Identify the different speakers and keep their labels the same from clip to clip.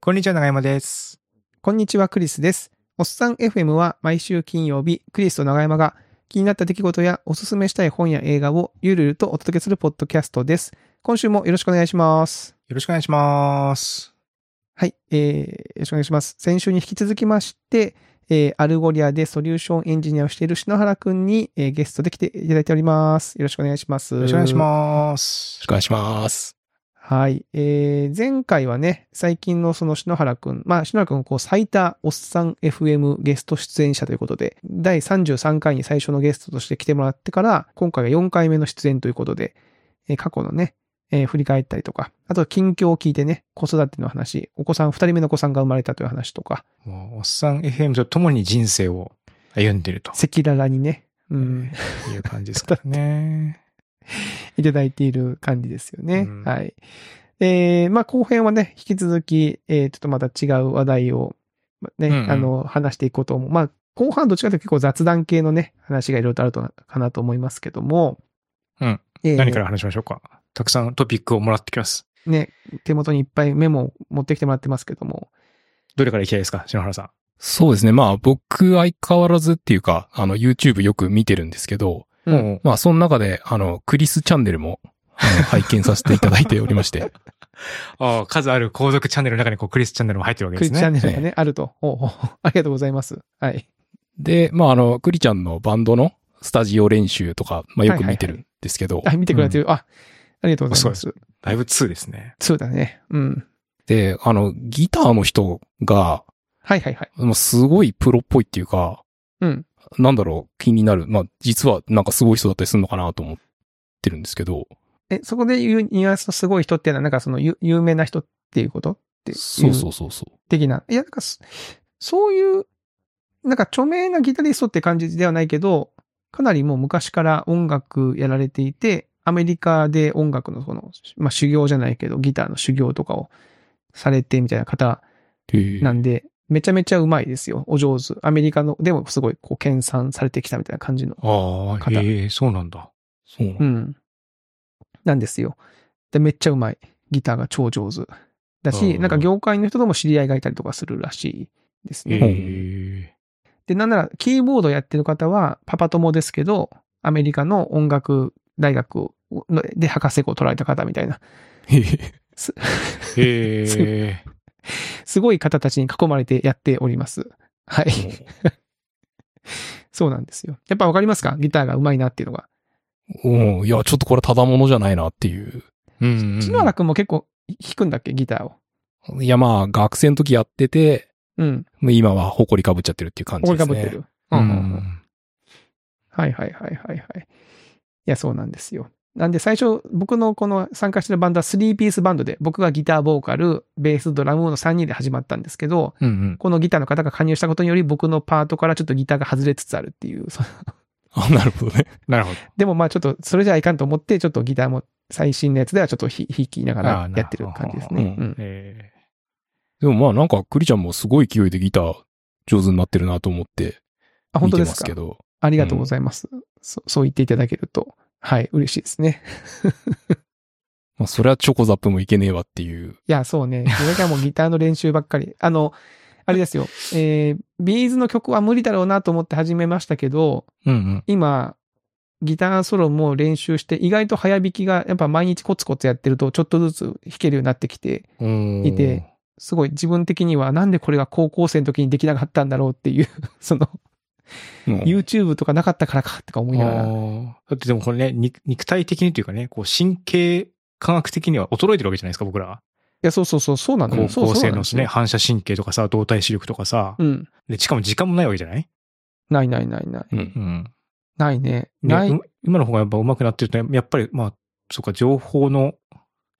Speaker 1: こんにちは、長山です。
Speaker 2: こんにちは、クリスです。おっさん FM は毎週金曜日、クリスと長山が気になった出来事やおすすめしたい本や映画をゆるゆるとお届けするポッドキャストです。今週もよろしくお願いします。
Speaker 1: よろしくお願いします。
Speaker 2: はい、えー、よろしくお願いします。先週に引き続きまして、えー、アルゴリアでソリューションエンジニアをしている篠原くんに、えーゲストで来ていただいております。よろしくお願いします。
Speaker 1: よろしくお願いします。
Speaker 3: よろしくお願いします。
Speaker 2: はい。えー、前回はね、最近のその篠原くん、まあ篠原くんこう最多おっさん FM ゲスト出演者ということで、第33回に最初のゲストとして来てもらってから、今回が4回目の出演ということで、えー過去のね、えー振り返ったりとか、あと近況を聞いてね、子育ての話、お子さん、2人目のお子さんが生まれたという話とか、
Speaker 1: もうおっさん FM とともに人生を歩んでると
Speaker 2: 赤裸々にね、うん、
Speaker 1: いう感じですからね。
Speaker 2: いただいている感じですよね。
Speaker 1: うん
Speaker 2: はい。えー、まあ後編はね、引き続き、えー、ちょっとまた違う話題を、まね、
Speaker 1: うんうん
Speaker 2: あの、話していこうと思う。まあ後半どっちかというと結構雑談系のね、話がいろいろとあるとなかなと思いますけども。
Speaker 1: うん。
Speaker 2: えー
Speaker 1: 何から話しましょうか。たくさんトピックをもらってきます。
Speaker 2: ね、手元にいっぱいメモを持ってきてもらってますけども。
Speaker 1: どれからいきたいですか篠原さ
Speaker 3: そうですね。まあ僕相変わらずっていうか、あの YouTube よく見てるんですけど、
Speaker 1: ん。
Speaker 2: うん
Speaker 1: お
Speaker 3: まあその中で、あの、クリスチャンネルも、あの拝見させていただいており まして。
Speaker 1: ああ数ある皇族チャンネルの中にこうクリスチャンネルも入ってるわけ
Speaker 2: ク
Speaker 1: です
Speaker 2: リス
Speaker 1: ね。
Speaker 2: チャンネルが
Speaker 3: え
Speaker 2: ね、あると。ほうほう ほうありがとうございます。はい。
Speaker 3: で、まああの、クリちゃんのバンドのスタジオ練習とか、まあよく見てるんですけど、
Speaker 2: あ、見てくれてる。あ、ありがとうございます。そう
Speaker 1: だいぶ2ですね。
Speaker 2: だね。うん。
Speaker 3: で、あの、ギターの人が、
Speaker 2: はいはいはい。
Speaker 3: まあすごいプロっぽいっていうか、
Speaker 2: うん。
Speaker 3: なんだろう、気になる。まあ実はなんかすごい人だったりするのかなと思ってるんですけど、
Speaker 2: え、そこで言うニュアンスのすごい人っていうのは、なんかその有有名な人っていうことっていう
Speaker 3: そうそうそうそう。
Speaker 2: 的な。いや、なんかそ、そういう、なんか著名なギタリストって感じではないけど、かなりもう昔から音楽やられていて、アメリカで音楽のその、まあ修行じゃないけど、ギターの修行とかをされてみたいな方
Speaker 3: へえ
Speaker 2: なんで、めちゃめちゃうまいですよ。お上手。アメリカの、でもすごいこう、研鑽されてきたみたいな感じの
Speaker 1: ああ、
Speaker 2: 方
Speaker 1: へえ、そうなんだ。
Speaker 3: そうなんだ
Speaker 2: うん。なんですよ。で、めっちゃうまい。ギターが超上手。だ
Speaker 1: うんう
Speaker 2: し、
Speaker 1: ん
Speaker 2: なんか業界の人とも知り合いがいたりとかするらしいです
Speaker 1: へ
Speaker 2: ね。
Speaker 1: え。
Speaker 2: で、なんなら、キーボードやってる方は、パパ友ですけど、アメリカの音楽大学ので博士号を取られた方みたいな、
Speaker 3: へえ
Speaker 2: す
Speaker 1: へ
Speaker 2: す
Speaker 1: え。
Speaker 2: すごい方たちに囲まれてやっております。はい。 そうなんですよ。やっぱわかりますかギターがうまいなっていうのが。
Speaker 3: うん。いや、ちょっとこれただものじゃないなっていう。
Speaker 1: うんうんうん。
Speaker 2: 篠原くんも結構弾くんだっけギターを。
Speaker 3: いや、まあ、学生の時やってて、
Speaker 2: うん。
Speaker 3: もう今は誇りかぶっちゃってるっていう感じ
Speaker 2: これ
Speaker 3: で
Speaker 2: か
Speaker 3: すね。
Speaker 2: ぶってる。
Speaker 1: う
Speaker 2: うんうんうん
Speaker 1: ん。
Speaker 2: はいはいはいはいはい。いや、そうなんですよ。なんで最初、僕のこの参加してるバンドは3ピースバンドで、僕がギター、ボーカル、ベース、ドラムの3人で始まったんですけど、
Speaker 1: うんうん。
Speaker 2: このギターの方が加入したことにより、僕のパートからちょっとギターが外れつつあるっていう。 そう
Speaker 3: あ、なるほどね。
Speaker 1: なるほど。
Speaker 2: でもまあちょっと、それじゃいかんと思って、ちょっとギターも最新のやつではちょっとひ弾きなが
Speaker 1: あー
Speaker 2: ら
Speaker 1: な
Speaker 2: やってる感じですね。
Speaker 3: うん
Speaker 2: うん
Speaker 1: え
Speaker 3: でもまあ、なんか、クリちゃんもすごい勢いでギター上手になってるなと思って
Speaker 2: あ、本
Speaker 3: 見
Speaker 2: 当
Speaker 3: て
Speaker 2: で
Speaker 3: ますす
Speaker 2: か
Speaker 3: けど。
Speaker 2: ありがとうございます、そ。そう言っていただけると、はい、嬉しいですね。
Speaker 3: まあ、それはチョコザップもいけねえわっていう。
Speaker 2: いや、そうね。それがもうギターの練習ばっかり。 あの、あれですよ。えー、ビーズの曲は無理だろうなと思って始めましたけど、
Speaker 1: うんうん。
Speaker 2: 今、ギターソロも練習して、意外と早弾きが、やっぱ毎日コツコツやってると、ちょっとずつ弾けるようになってきて、いて、すごい自分的には、なんでこれが高校生の時にできなかったんだろうっていう、 その、
Speaker 3: うん、
Speaker 2: YouTube とかなかったからか、とか思いなが
Speaker 1: あ
Speaker 2: ら。
Speaker 1: ーだってでもこれね、肉肉体的にというかね、こう神経科学的には衰えてるわけじゃないですか、僕ら。
Speaker 2: いや、そうそうそう、そうなの
Speaker 1: 高
Speaker 2: よ。そう
Speaker 1: 校
Speaker 2: そう
Speaker 1: 生
Speaker 2: なん
Speaker 1: の
Speaker 2: です
Speaker 1: ね、
Speaker 2: よ。
Speaker 1: 反射神経とかさ、動体視力とかさ、
Speaker 2: うん。
Speaker 1: で、しかも時間もないわけじゃない
Speaker 2: ないないないない。
Speaker 3: うん。
Speaker 1: ん。
Speaker 2: ないね。な
Speaker 1: ね
Speaker 2: い。
Speaker 1: う今の方がやっぱ上手くなってるとね、やっぱりまあ、そうか、情報の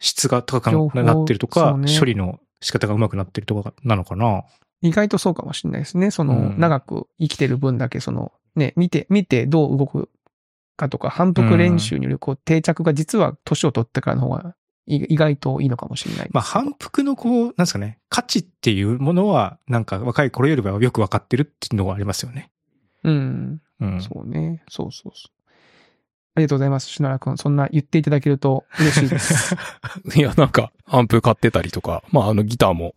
Speaker 1: 質が高
Speaker 2: 情
Speaker 1: く
Speaker 2: 報
Speaker 1: ななってるとか、
Speaker 2: そうね
Speaker 1: 処理の仕方が上手くなってるとかなのかな。
Speaker 2: 意外とそうかもしれないですね。その、
Speaker 1: うん
Speaker 2: 長く生きてる分だけ、その、ね、見て、見てどう動くかとか、反復練習によるこう定着が実は年を取ってからの方がい意外といいのかもしれない。
Speaker 1: まあ、反復のこう、なんですかね、価値っていうものは、なんか若い頃よりはよくわかってるっていうのはありますよね。
Speaker 2: うん。
Speaker 1: うん。
Speaker 2: そうね。そうそうそう。ありがとうございます、篠原くん。そんな言っていた だけると嬉しいです。
Speaker 3: いや、なんか、アンプ買ってたりとか、まあ、あの、ギターも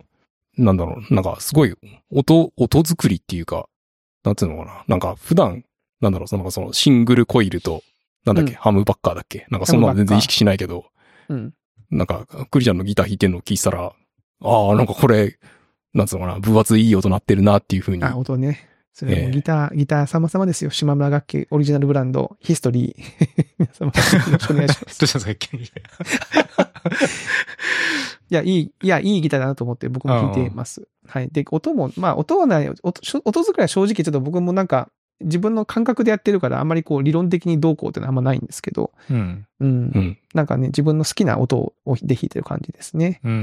Speaker 3: なんだろう、なんかすごい音、音作りっていうか、なんつうのかな。なんか普段、なんだろう、そのそのシングルコイルと、なんだっけ、
Speaker 2: うん
Speaker 3: ハムバッカーだっけなんかそんなの全然意識しないけど、
Speaker 2: うん。
Speaker 3: なんか、クリちゃんのギター弾いてんのを聞いてたら、ああ、なんかこれ、なんつうのかな、分厚いいい音鳴ってるなっていう風に。
Speaker 2: あ、音ね。それはも
Speaker 3: え
Speaker 2: う
Speaker 3: え
Speaker 2: ギター、ギター様々ですよ。島村楽器オリジナルブランド、ヒストリー。 皆様、よろしくお願いしま す。
Speaker 1: ど
Speaker 2: いう
Speaker 1: したんですか、急に。
Speaker 2: や、いい、いや、いいギターだなと思って僕も弾いてます。はい。で、音も、まあ、音はない、音、しょ音作りは正直ちょっと僕もなんか、自分の感覚でやってるから、あんまりこう、理論的にどうこうっていうのはあんまないんですけど、
Speaker 1: うん。
Speaker 2: うん
Speaker 3: う。ん。
Speaker 2: なんかね、自分の好きな音ををで弾いてる感じですね。
Speaker 1: うー
Speaker 2: うん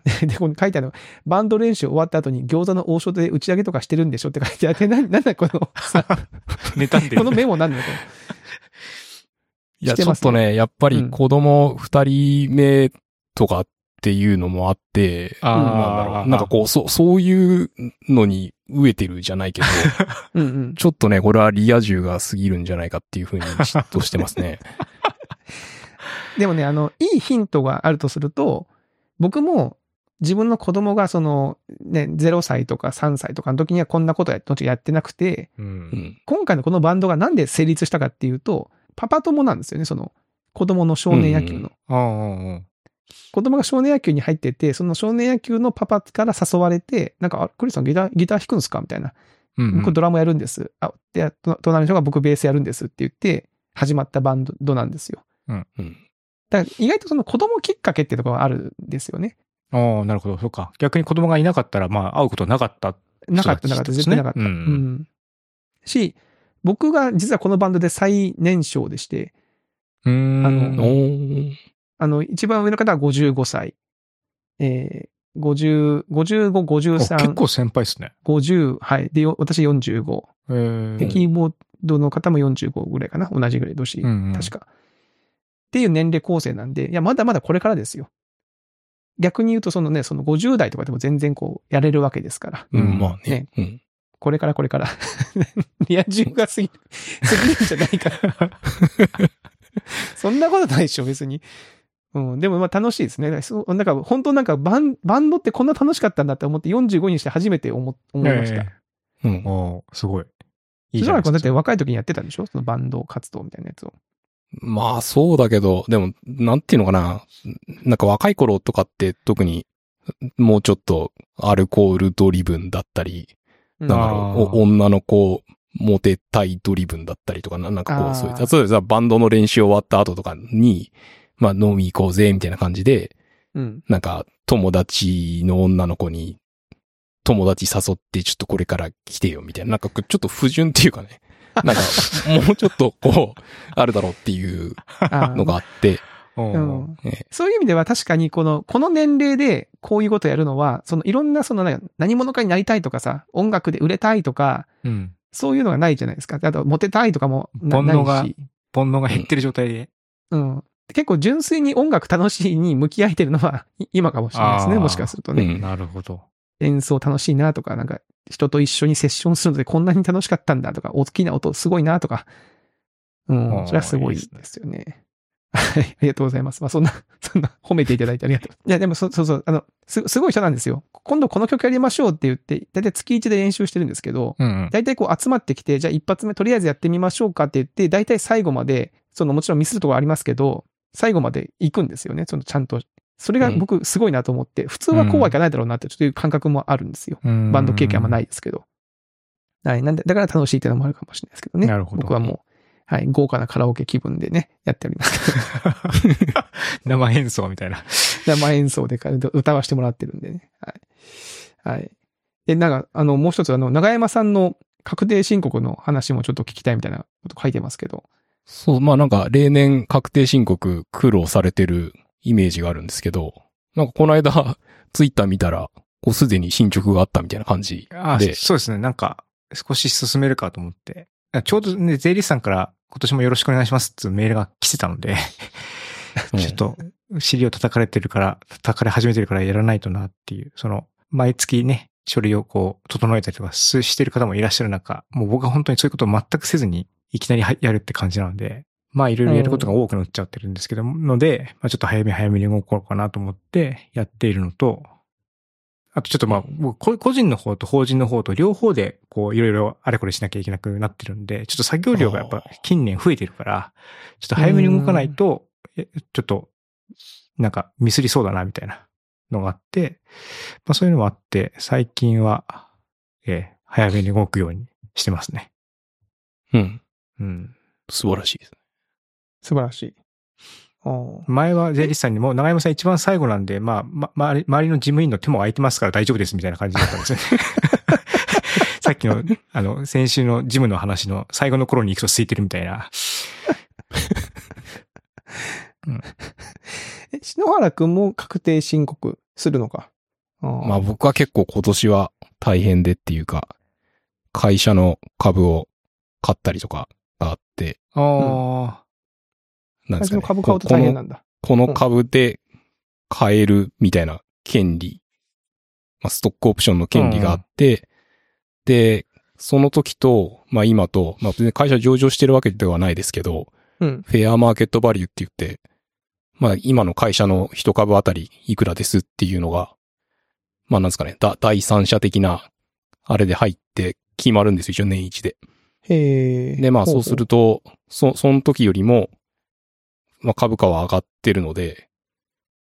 Speaker 2: ん。。 で、この書いてあるのがバンド練習終わった後に餃子の王将で打ち上げとかしてるんで しょって書いてあって、な、なんだこの、さ
Speaker 1: 妬んでる。
Speaker 2: このメモなんだこれ。
Speaker 3: いや、
Speaker 2: して
Speaker 3: ちょ
Speaker 2: ま
Speaker 3: っ
Speaker 2: すね
Speaker 3: とね、やっぱ
Speaker 2: うん
Speaker 3: り子供二人目とかっていうのもあって、
Speaker 1: あー
Speaker 3: なんだろう。なんかこう、そ、そういうのに飢えてるじゃな いけど、
Speaker 2: うんうん。
Speaker 3: ちょっとね、これはリア充が過ぎるんじゃないかっていう風に嫉妬してます ね。
Speaker 2: でもね、あの、いいヒントがあるとすると、僕も自分の子供がその、ね、0歳とか3歳とかの時にはこんなことやってやってなくて、
Speaker 1: う。
Speaker 3: うんん。
Speaker 2: 今回のこのバンドがなんで成立したかっていうと、パパ友なんですよね、その、子供の少年野球
Speaker 3: うんう
Speaker 2: の。
Speaker 1: ああ、
Speaker 2: 子供が少年野球に入ってて、その少年野球のパパから誘われて、なんか、あクリスさんギター、ギター弾くんですかみたいな。
Speaker 1: うんうん。
Speaker 2: 僕ドラムやるんです。あ、で、と隣の人が僕ベースやるんですって言って、始まったバンドなんですよ。
Speaker 3: うん。
Speaker 2: だから意外とその子供きっかけってところがあるんですよね。
Speaker 1: ああ、なるほど。そうか。逆に子供がいなかったら、まあ、会うことなかった。
Speaker 2: なかった、
Speaker 1: 人たち
Speaker 2: なかっ
Speaker 1: で
Speaker 2: た、
Speaker 1: すね
Speaker 2: 絶対なかった。
Speaker 1: うん
Speaker 2: うんし、僕が実はこのバンドで最年少でして、
Speaker 1: うーん。
Speaker 2: あ
Speaker 3: お
Speaker 2: の
Speaker 3: ー。
Speaker 2: あの、一番上の方は55歳。えー、50、55、
Speaker 1: お結
Speaker 2: 53、
Speaker 1: 構先輩ですね。
Speaker 2: 50、はい。で、よ私45。
Speaker 1: えー
Speaker 2: で、キーボードの方も45ぐらいかな。同じぐらい年。
Speaker 1: うんうん
Speaker 2: 確か。っていう年齢構成なんで、いや、まだまだこれからですよ。逆に言うと、そのね、その50代とかでも全然こう、やれるわけですから。
Speaker 3: う
Speaker 1: うん
Speaker 3: ん、まあね。うん。
Speaker 2: これからこれから。 リア充が過ぎ、過ぎるんじゃないかな。そんなことないでしょ、別に。うん、でもまあ楽しいですね。だからそうなんか本当なんかバンバンドってこんな楽しかったんだって思って45にして初めて思思いました。
Speaker 1: え
Speaker 3: うん
Speaker 1: ー。おーすごい。いいじゃ
Speaker 2: そした
Speaker 1: な
Speaker 2: ら
Speaker 1: い
Speaker 2: こうだ
Speaker 1: で
Speaker 2: っ
Speaker 1: す
Speaker 2: て
Speaker 1: か。
Speaker 2: 若い時にやってたんでしょそのバンド活動みたいなやつを。
Speaker 3: まあそうだけど、でも、なんていうのかな。なんか若い頃とかって特に、もうちょっとアルコールドリブンだったり、
Speaker 2: うん
Speaker 3: なんだろう
Speaker 1: あー、
Speaker 3: お女の子、モテたいドリブンだったりとかな、なんかこ
Speaker 2: あー
Speaker 3: う、そういう、例えばさ、バンドの練習終わった後とかに、まあ飲み行こうぜ、みたいな感じで、
Speaker 2: うん。
Speaker 3: なんか友達の女の子に、友達誘ってちょっとこれから来てよ、みたいな、なんかこうちょっと不純っていうかね、なんか、もうちょっとこう、あるだろうっていう
Speaker 2: あー
Speaker 3: のがあって、
Speaker 1: お
Speaker 2: う
Speaker 1: ー
Speaker 2: ん
Speaker 3: ええ
Speaker 2: そういう意味では確かにこの、この年齢でこういうことやるのは、そのいろんなそのなんか何者かになりたいとかさ、音楽で売れたいとか、
Speaker 1: うん。
Speaker 2: そういうのがないじゃないですか。あと、モテたいとかもな
Speaker 1: 煩悩が
Speaker 2: ないし。
Speaker 1: 煩悩が減ってる状態で。
Speaker 2: うん。結構純粋に音楽楽しいに向き合えてるのは 今かもしれないですね。
Speaker 1: あー
Speaker 2: もしかすると
Speaker 3: う
Speaker 2: ね。
Speaker 3: ん。
Speaker 1: なるほど。
Speaker 2: 演奏楽しいなとか、なんか人と一緒にセッションするのでこんなに楽しかったんだとか、大きな音すごいなとか。う
Speaker 1: あ
Speaker 2: ん。
Speaker 1: ー
Speaker 2: それはすごいですよね。はい。ありがとうございます。まあそんな、 そんな褒めていただいてありがとう。いや、でもそそうそう、あの、す、すごい人なんですよ。今度この曲やりましょうって言って、だいたい月1で練習してるんですけど、
Speaker 1: うんうん。
Speaker 2: 大体こう集まってきて、じゃあ一発目とりあえずやってみましょうかって言って、大体最後まで、そのもちろんミスるところありますけど、最後まで行くんですよね、そのちゃんと。それが僕すごいなと思って、普通はこうはいかないだろうなってちょっという感覚もあるんですよ。バ
Speaker 1: バ。
Speaker 2: ンド経験もないいですけど。はい、なんで、だから楽しいっていうのもあるかもしれないですけどね。
Speaker 1: なるほど
Speaker 2: 僕はもう、はい、豪華なカラオケ気分でね、やっておりますけ ど。
Speaker 1: 生演奏みたいな。
Speaker 2: 生演奏でか歌わせてもらってるんでね。はい。はい。で、なんか、あの、もう一つ、あの、長山さんの確定申告の話もちょっと聞きたいみたいなこと書いてますけど。
Speaker 3: そう、まあなんか例年確定申告苦労されてるイメージがあるんですけど、なんかこの間、 ツイッター見たら、こうすでに進捗があったみたいな感じ
Speaker 1: あ
Speaker 3: で、
Speaker 1: そうですね。なんか、少し進めるかと思って。ちょうどね、税理士さんから今年もよろしくお願いしますっていうメールが来てたので、
Speaker 3: うん
Speaker 1: ちょっと、尻を叩かれてるから、叩かれ始めてるからやらないとなっていう、その、毎月ね、書類をこう、整えたりとかすしてる方もいらっしゃる中、もう僕は本当にそういうことを全くせずに、いきなりはやるって感じなので、まあいろいろやることが多くなっちゃってるんですけど、ので、まあちょっと早め早めに動こうかなと思ってやっているのと、あとちょっとまあ、僕こ個人の方と法人の方と両方で、こう、いろいろあれこれしなきゃいけなくなってるんで、ちょっと作業量がやっぱ近年増えてるから、ちょっと早めに動かないと、えちょっと、なんかミスりそうだな、みたいなのがあって、まあそういうのもあって、最近は、えー早めに動くようにしてますね。
Speaker 3: うん。
Speaker 1: うん。
Speaker 3: 素晴らしいですね。
Speaker 2: 素晴らしい。おー
Speaker 1: 前は税理士さんにも、長山さん一番最後なんで、まあ、ま、周り周りの事務員の手も空いてますから大丈夫ですみたいな感じだったん ですよね。さっきの、あの、先週の事務の話の最後の頃に行くと空いてるみたいな。
Speaker 2: え、篠原くんも確定申告するのか。あー
Speaker 3: まあ僕は結構今年は大変でっていうか、会社の株を買ったりとかがあって、
Speaker 1: ああ、
Speaker 3: なんで
Speaker 2: 会
Speaker 3: す
Speaker 2: 社
Speaker 3: か
Speaker 2: の株
Speaker 3: ね。
Speaker 2: 買うと
Speaker 3: こ
Speaker 2: 大
Speaker 3: こ
Speaker 2: 変
Speaker 3: の
Speaker 2: なんだ。
Speaker 3: この株で買えるみたいな権利、まあ、ストックオプションの権利があって、で、その時と、まあ今と、まあ別に会社上場してるわけではないですけど、
Speaker 2: うん。
Speaker 3: フェアマーケットバリューって言って、まあ今の会社の一株あたりいくらですっていうのが、まあなんですかね、だ第三者的な、あれで入って決まるんですよ、一応年一で。
Speaker 2: へえ。
Speaker 3: で、まあそうすると、そ、その時よりも、まあ株価は上がってるので、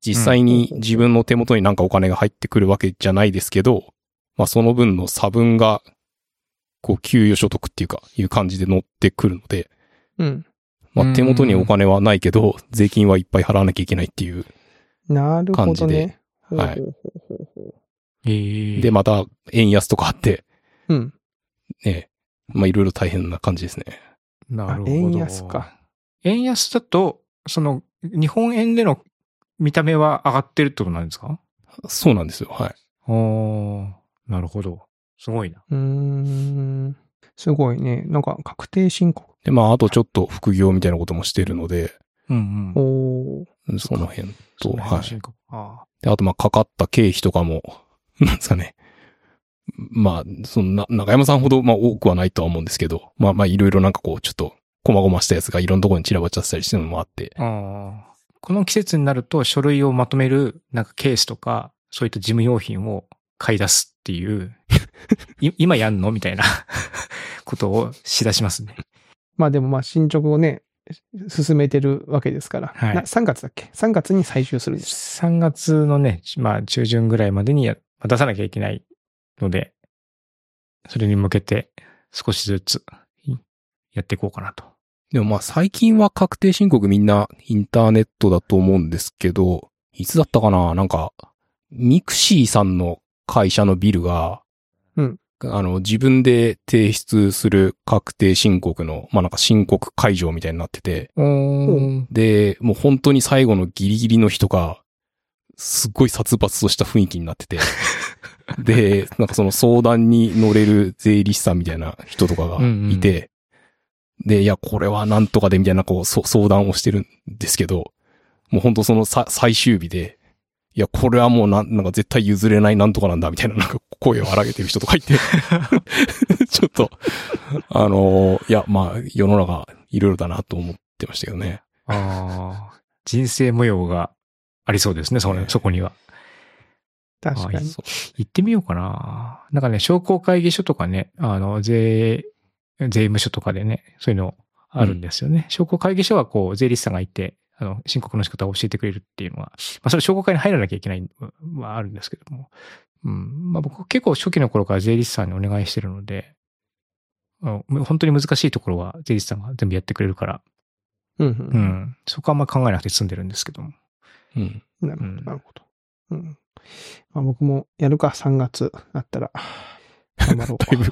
Speaker 3: 実際に
Speaker 2: うん
Speaker 3: 自分の手元になんかお金が入ってくるわけじゃないですけど、まあその分の差分が、こう給与所得っていうか、いう感じで乗ってくるので、
Speaker 2: ほうほう。うん。
Speaker 3: まあ手元にお金はないけど、税金はいっぱい払わなきゃいけないっていう。
Speaker 2: なるほ
Speaker 3: 感
Speaker 2: ど
Speaker 3: じで
Speaker 2: ね。
Speaker 3: は
Speaker 2: ほうほう
Speaker 3: い
Speaker 2: ほうほうほ
Speaker 1: ええ
Speaker 3: で、また円安とかあって、
Speaker 2: う。うん。
Speaker 3: ね、まあいろいろ大変な感じですね。
Speaker 1: なるほど。
Speaker 2: あ円安か。
Speaker 1: 円安だと、その、日本円での見た目は上がってるってことなんですか
Speaker 3: そうなんですよ。はい。
Speaker 1: ああ、なるほど。すごいな。
Speaker 2: うーん。すごいね。なんか確定申告。
Speaker 3: で、まああとちょっと副業みたいなこともしてるので、
Speaker 1: うんうん。
Speaker 2: おー
Speaker 3: その辺
Speaker 1: そ
Speaker 3: と、
Speaker 1: う
Speaker 3: はい。
Speaker 1: い。あ
Speaker 3: で、あと、まあ、かかった経費とかも、 なんですかね。まあ、そのな、中山さんほど、まあ、多くはないとは思うんですけど、まあ、まあ、いろいろなんかこう、ちょっと、こまごましたやつがいろんなところに散らばっちゃってたりしてるのもあって、
Speaker 1: あー。この季節になると書類をまとめる、なんかケースとか、そういった事務用品を買い出すっていう、い 今やんのみたいなことをしだしますね。
Speaker 2: まあでもまあ進捗をね、進めてるわけですから。
Speaker 1: はい
Speaker 2: な3月だっけ ?3 月に最終するんです。
Speaker 1: 3月のね、まあ中旬ぐらいまでにやまあ出さなきゃいけないので、それに向けて少しずついやっていこうかなと。
Speaker 3: でもまあ、最近は確定申告みんなインターネットだと思うんですけど、いつだったかななんか、ミクシーさんの会社のビルが、
Speaker 2: うん
Speaker 3: あの、自分で提出する確定申告の、まあなんか申告会場みたいになってて、
Speaker 2: ん
Speaker 3: で、もう本当に最後のギリギリの日とか、すっごい殺伐とした雰囲気になってて。で、なんかその相談に乗れる税理士さんみたいな人とかがいて、で、いや、これはなんとかでみたいな、こう、そ相談をしてるんですけど、もう本当そのさ最終日で、いや、これはもうなん、なんか絶対譲れないなんとかなんだ、みたいな、なんか声を荒げてる人とかいて、ちょっと、あのいや、まあ、世の中いろいろだなと思ってましたけどね。
Speaker 1: ああ、人生模様がありそうですね、そこにそこには。
Speaker 2: 確か
Speaker 1: あい
Speaker 2: に
Speaker 1: い。行ってみようかな。なんかね、商工会議所とかね、あの、税、税務署とかでね、そういうのあるんですよね。商工会議所はこう、税理士さんがいて、あの、申告の仕方を教えてくれるっていうのは、まあ、それ商工会に入らなきゃいけないのはあるんですけども。うん。まあ、僕結構初期の頃から税理士さんにお願いしてるので、あの本当に難しいところは税理士さんが全部やってくれるから、
Speaker 2: うん
Speaker 1: う。ん。そこはあんま考えなくて済んでるんですけども。
Speaker 3: うん。
Speaker 2: なるほど
Speaker 1: うん、
Speaker 2: なるほど。うん。まあ僕もやるか、3月あったら。頑張ろ
Speaker 3: だいぶ
Speaker 2: う。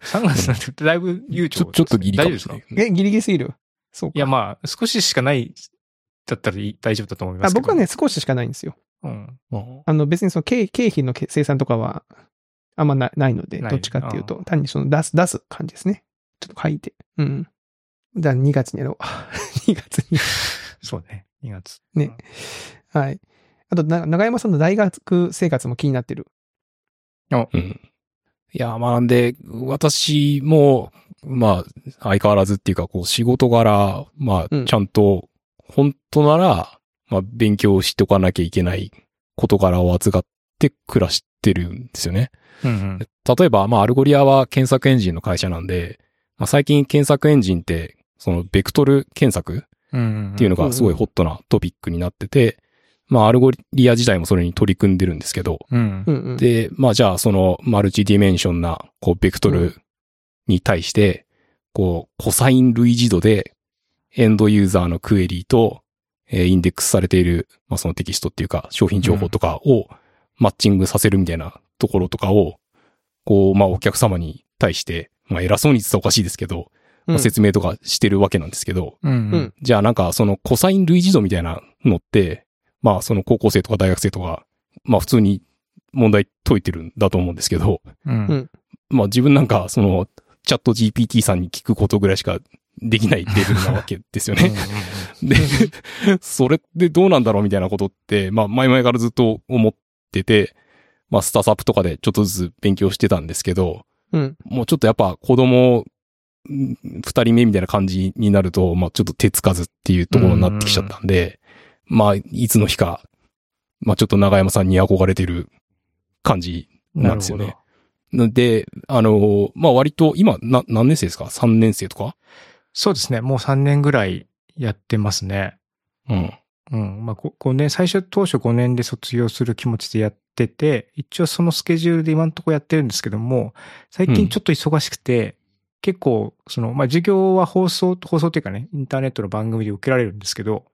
Speaker 1: 3月なんてだいぶ悠
Speaker 3: ち
Speaker 1: 長
Speaker 3: ょちょっとギリ
Speaker 1: 大丈夫
Speaker 3: かも
Speaker 1: で
Speaker 3: し
Speaker 1: す
Speaker 3: れ
Speaker 1: か
Speaker 3: ない。
Speaker 2: え、ギリギリすぎるそう
Speaker 1: い
Speaker 2: か。
Speaker 1: や、まあ、少ししかない、だったらいい大丈夫だと思いま
Speaker 2: あ
Speaker 1: すけど。
Speaker 2: 僕はね、少ししかないんですよ。
Speaker 1: うん、
Speaker 3: うん
Speaker 2: あの別にその経経費の生産とかはあんまなないので、
Speaker 1: ない
Speaker 2: どっちかっていうと、単にその出す、出す感じですね。ちょっと書いて。うん。じゃあ2月にやろう。2月 に。
Speaker 1: そうね。2月。
Speaker 2: ね。はい。あとな、長山さんの大学生活も気になってる。
Speaker 3: うん。いや、まあ、なんで、私も、まあ、相変わらずっていうか、こう、仕事柄、ま
Speaker 2: う
Speaker 3: あ、
Speaker 2: ん
Speaker 3: ちゃんと、本当なら、まあ、勉強しておかなきゃいけない事柄を扱って暮らしってるんですよね。
Speaker 1: うんうん。
Speaker 3: 例えば、まあ、アルゴリアは検索エンジンの会社なんで、まあ、最近検索エンジンって、その、ベクトル検索
Speaker 1: うんん
Speaker 3: っていうのがすごいホットなトピックになってて、まあ、アルゴリア自体もそれに取り組んでるんですけど、
Speaker 1: うん
Speaker 2: う。んうん。
Speaker 3: で、まあ、じゃあ、その、マルチディメンションな、こう、ベクト
Speaker 2: う
Speaker 3: ルに対して、こう、コサイン類似度で、エンドユーザーのクエリーと、えーインデックスされている、まあ、そのテキストっていうか、商品情報とかを、マッチングさせるみたいなところとかを、こう、まあ、お客様に対して、まあ、偉そうに言ってたらおかしいですけど、ま
Speaker 2: う
Speaker 3: あ、
Speaker 2: ん
Speaker 3: 説明とかしてるわけなんですけど、
Speaker 1: うんうん。
Speaker 3: じゃあなんかそのコサイン類似度みたいなのって、まあその高校生とか大学生とか、まあ普通に問題解いてるんだと思うんですけど、
Speaker 1: うん
Speaker 2: うん
Speaker 3: まあ自分なんかそのチャット GPT さんに聞くことぐらいしかできないレベルなわけですよね。で、それってどうなんだろうみたいなことって、まあ前々からずっと思ってて、まあスタサプとかでちょっとずつ勉強してたんですけど、
Speaker 2: うん。
Speaker 3: もうちょっとやっぱ子供、うん二人目みたいな感じになると、まあちょっと手つかずっていうところになってきちゃったんで、まあいつの日か、まあちょっと長山さんに憧れてる感じなんですよね。なんで、あの、まあ割と今、な、何年生ですか ?3 年生とか
Speaker 1: そうですね。もう3年ぐらいやってますね。
Speaker 3: うん。
Speaker 1: うん。まあ、ご 5, 年、最初当初5年で卒業する気持ちでやってて、一応そのスケジュールで今のところやってるんですけども、最近ちょっと忙しくて、結構、その、まあ、授業は放送、放送っていうかね、インターネットの番組で受けられるんですけど、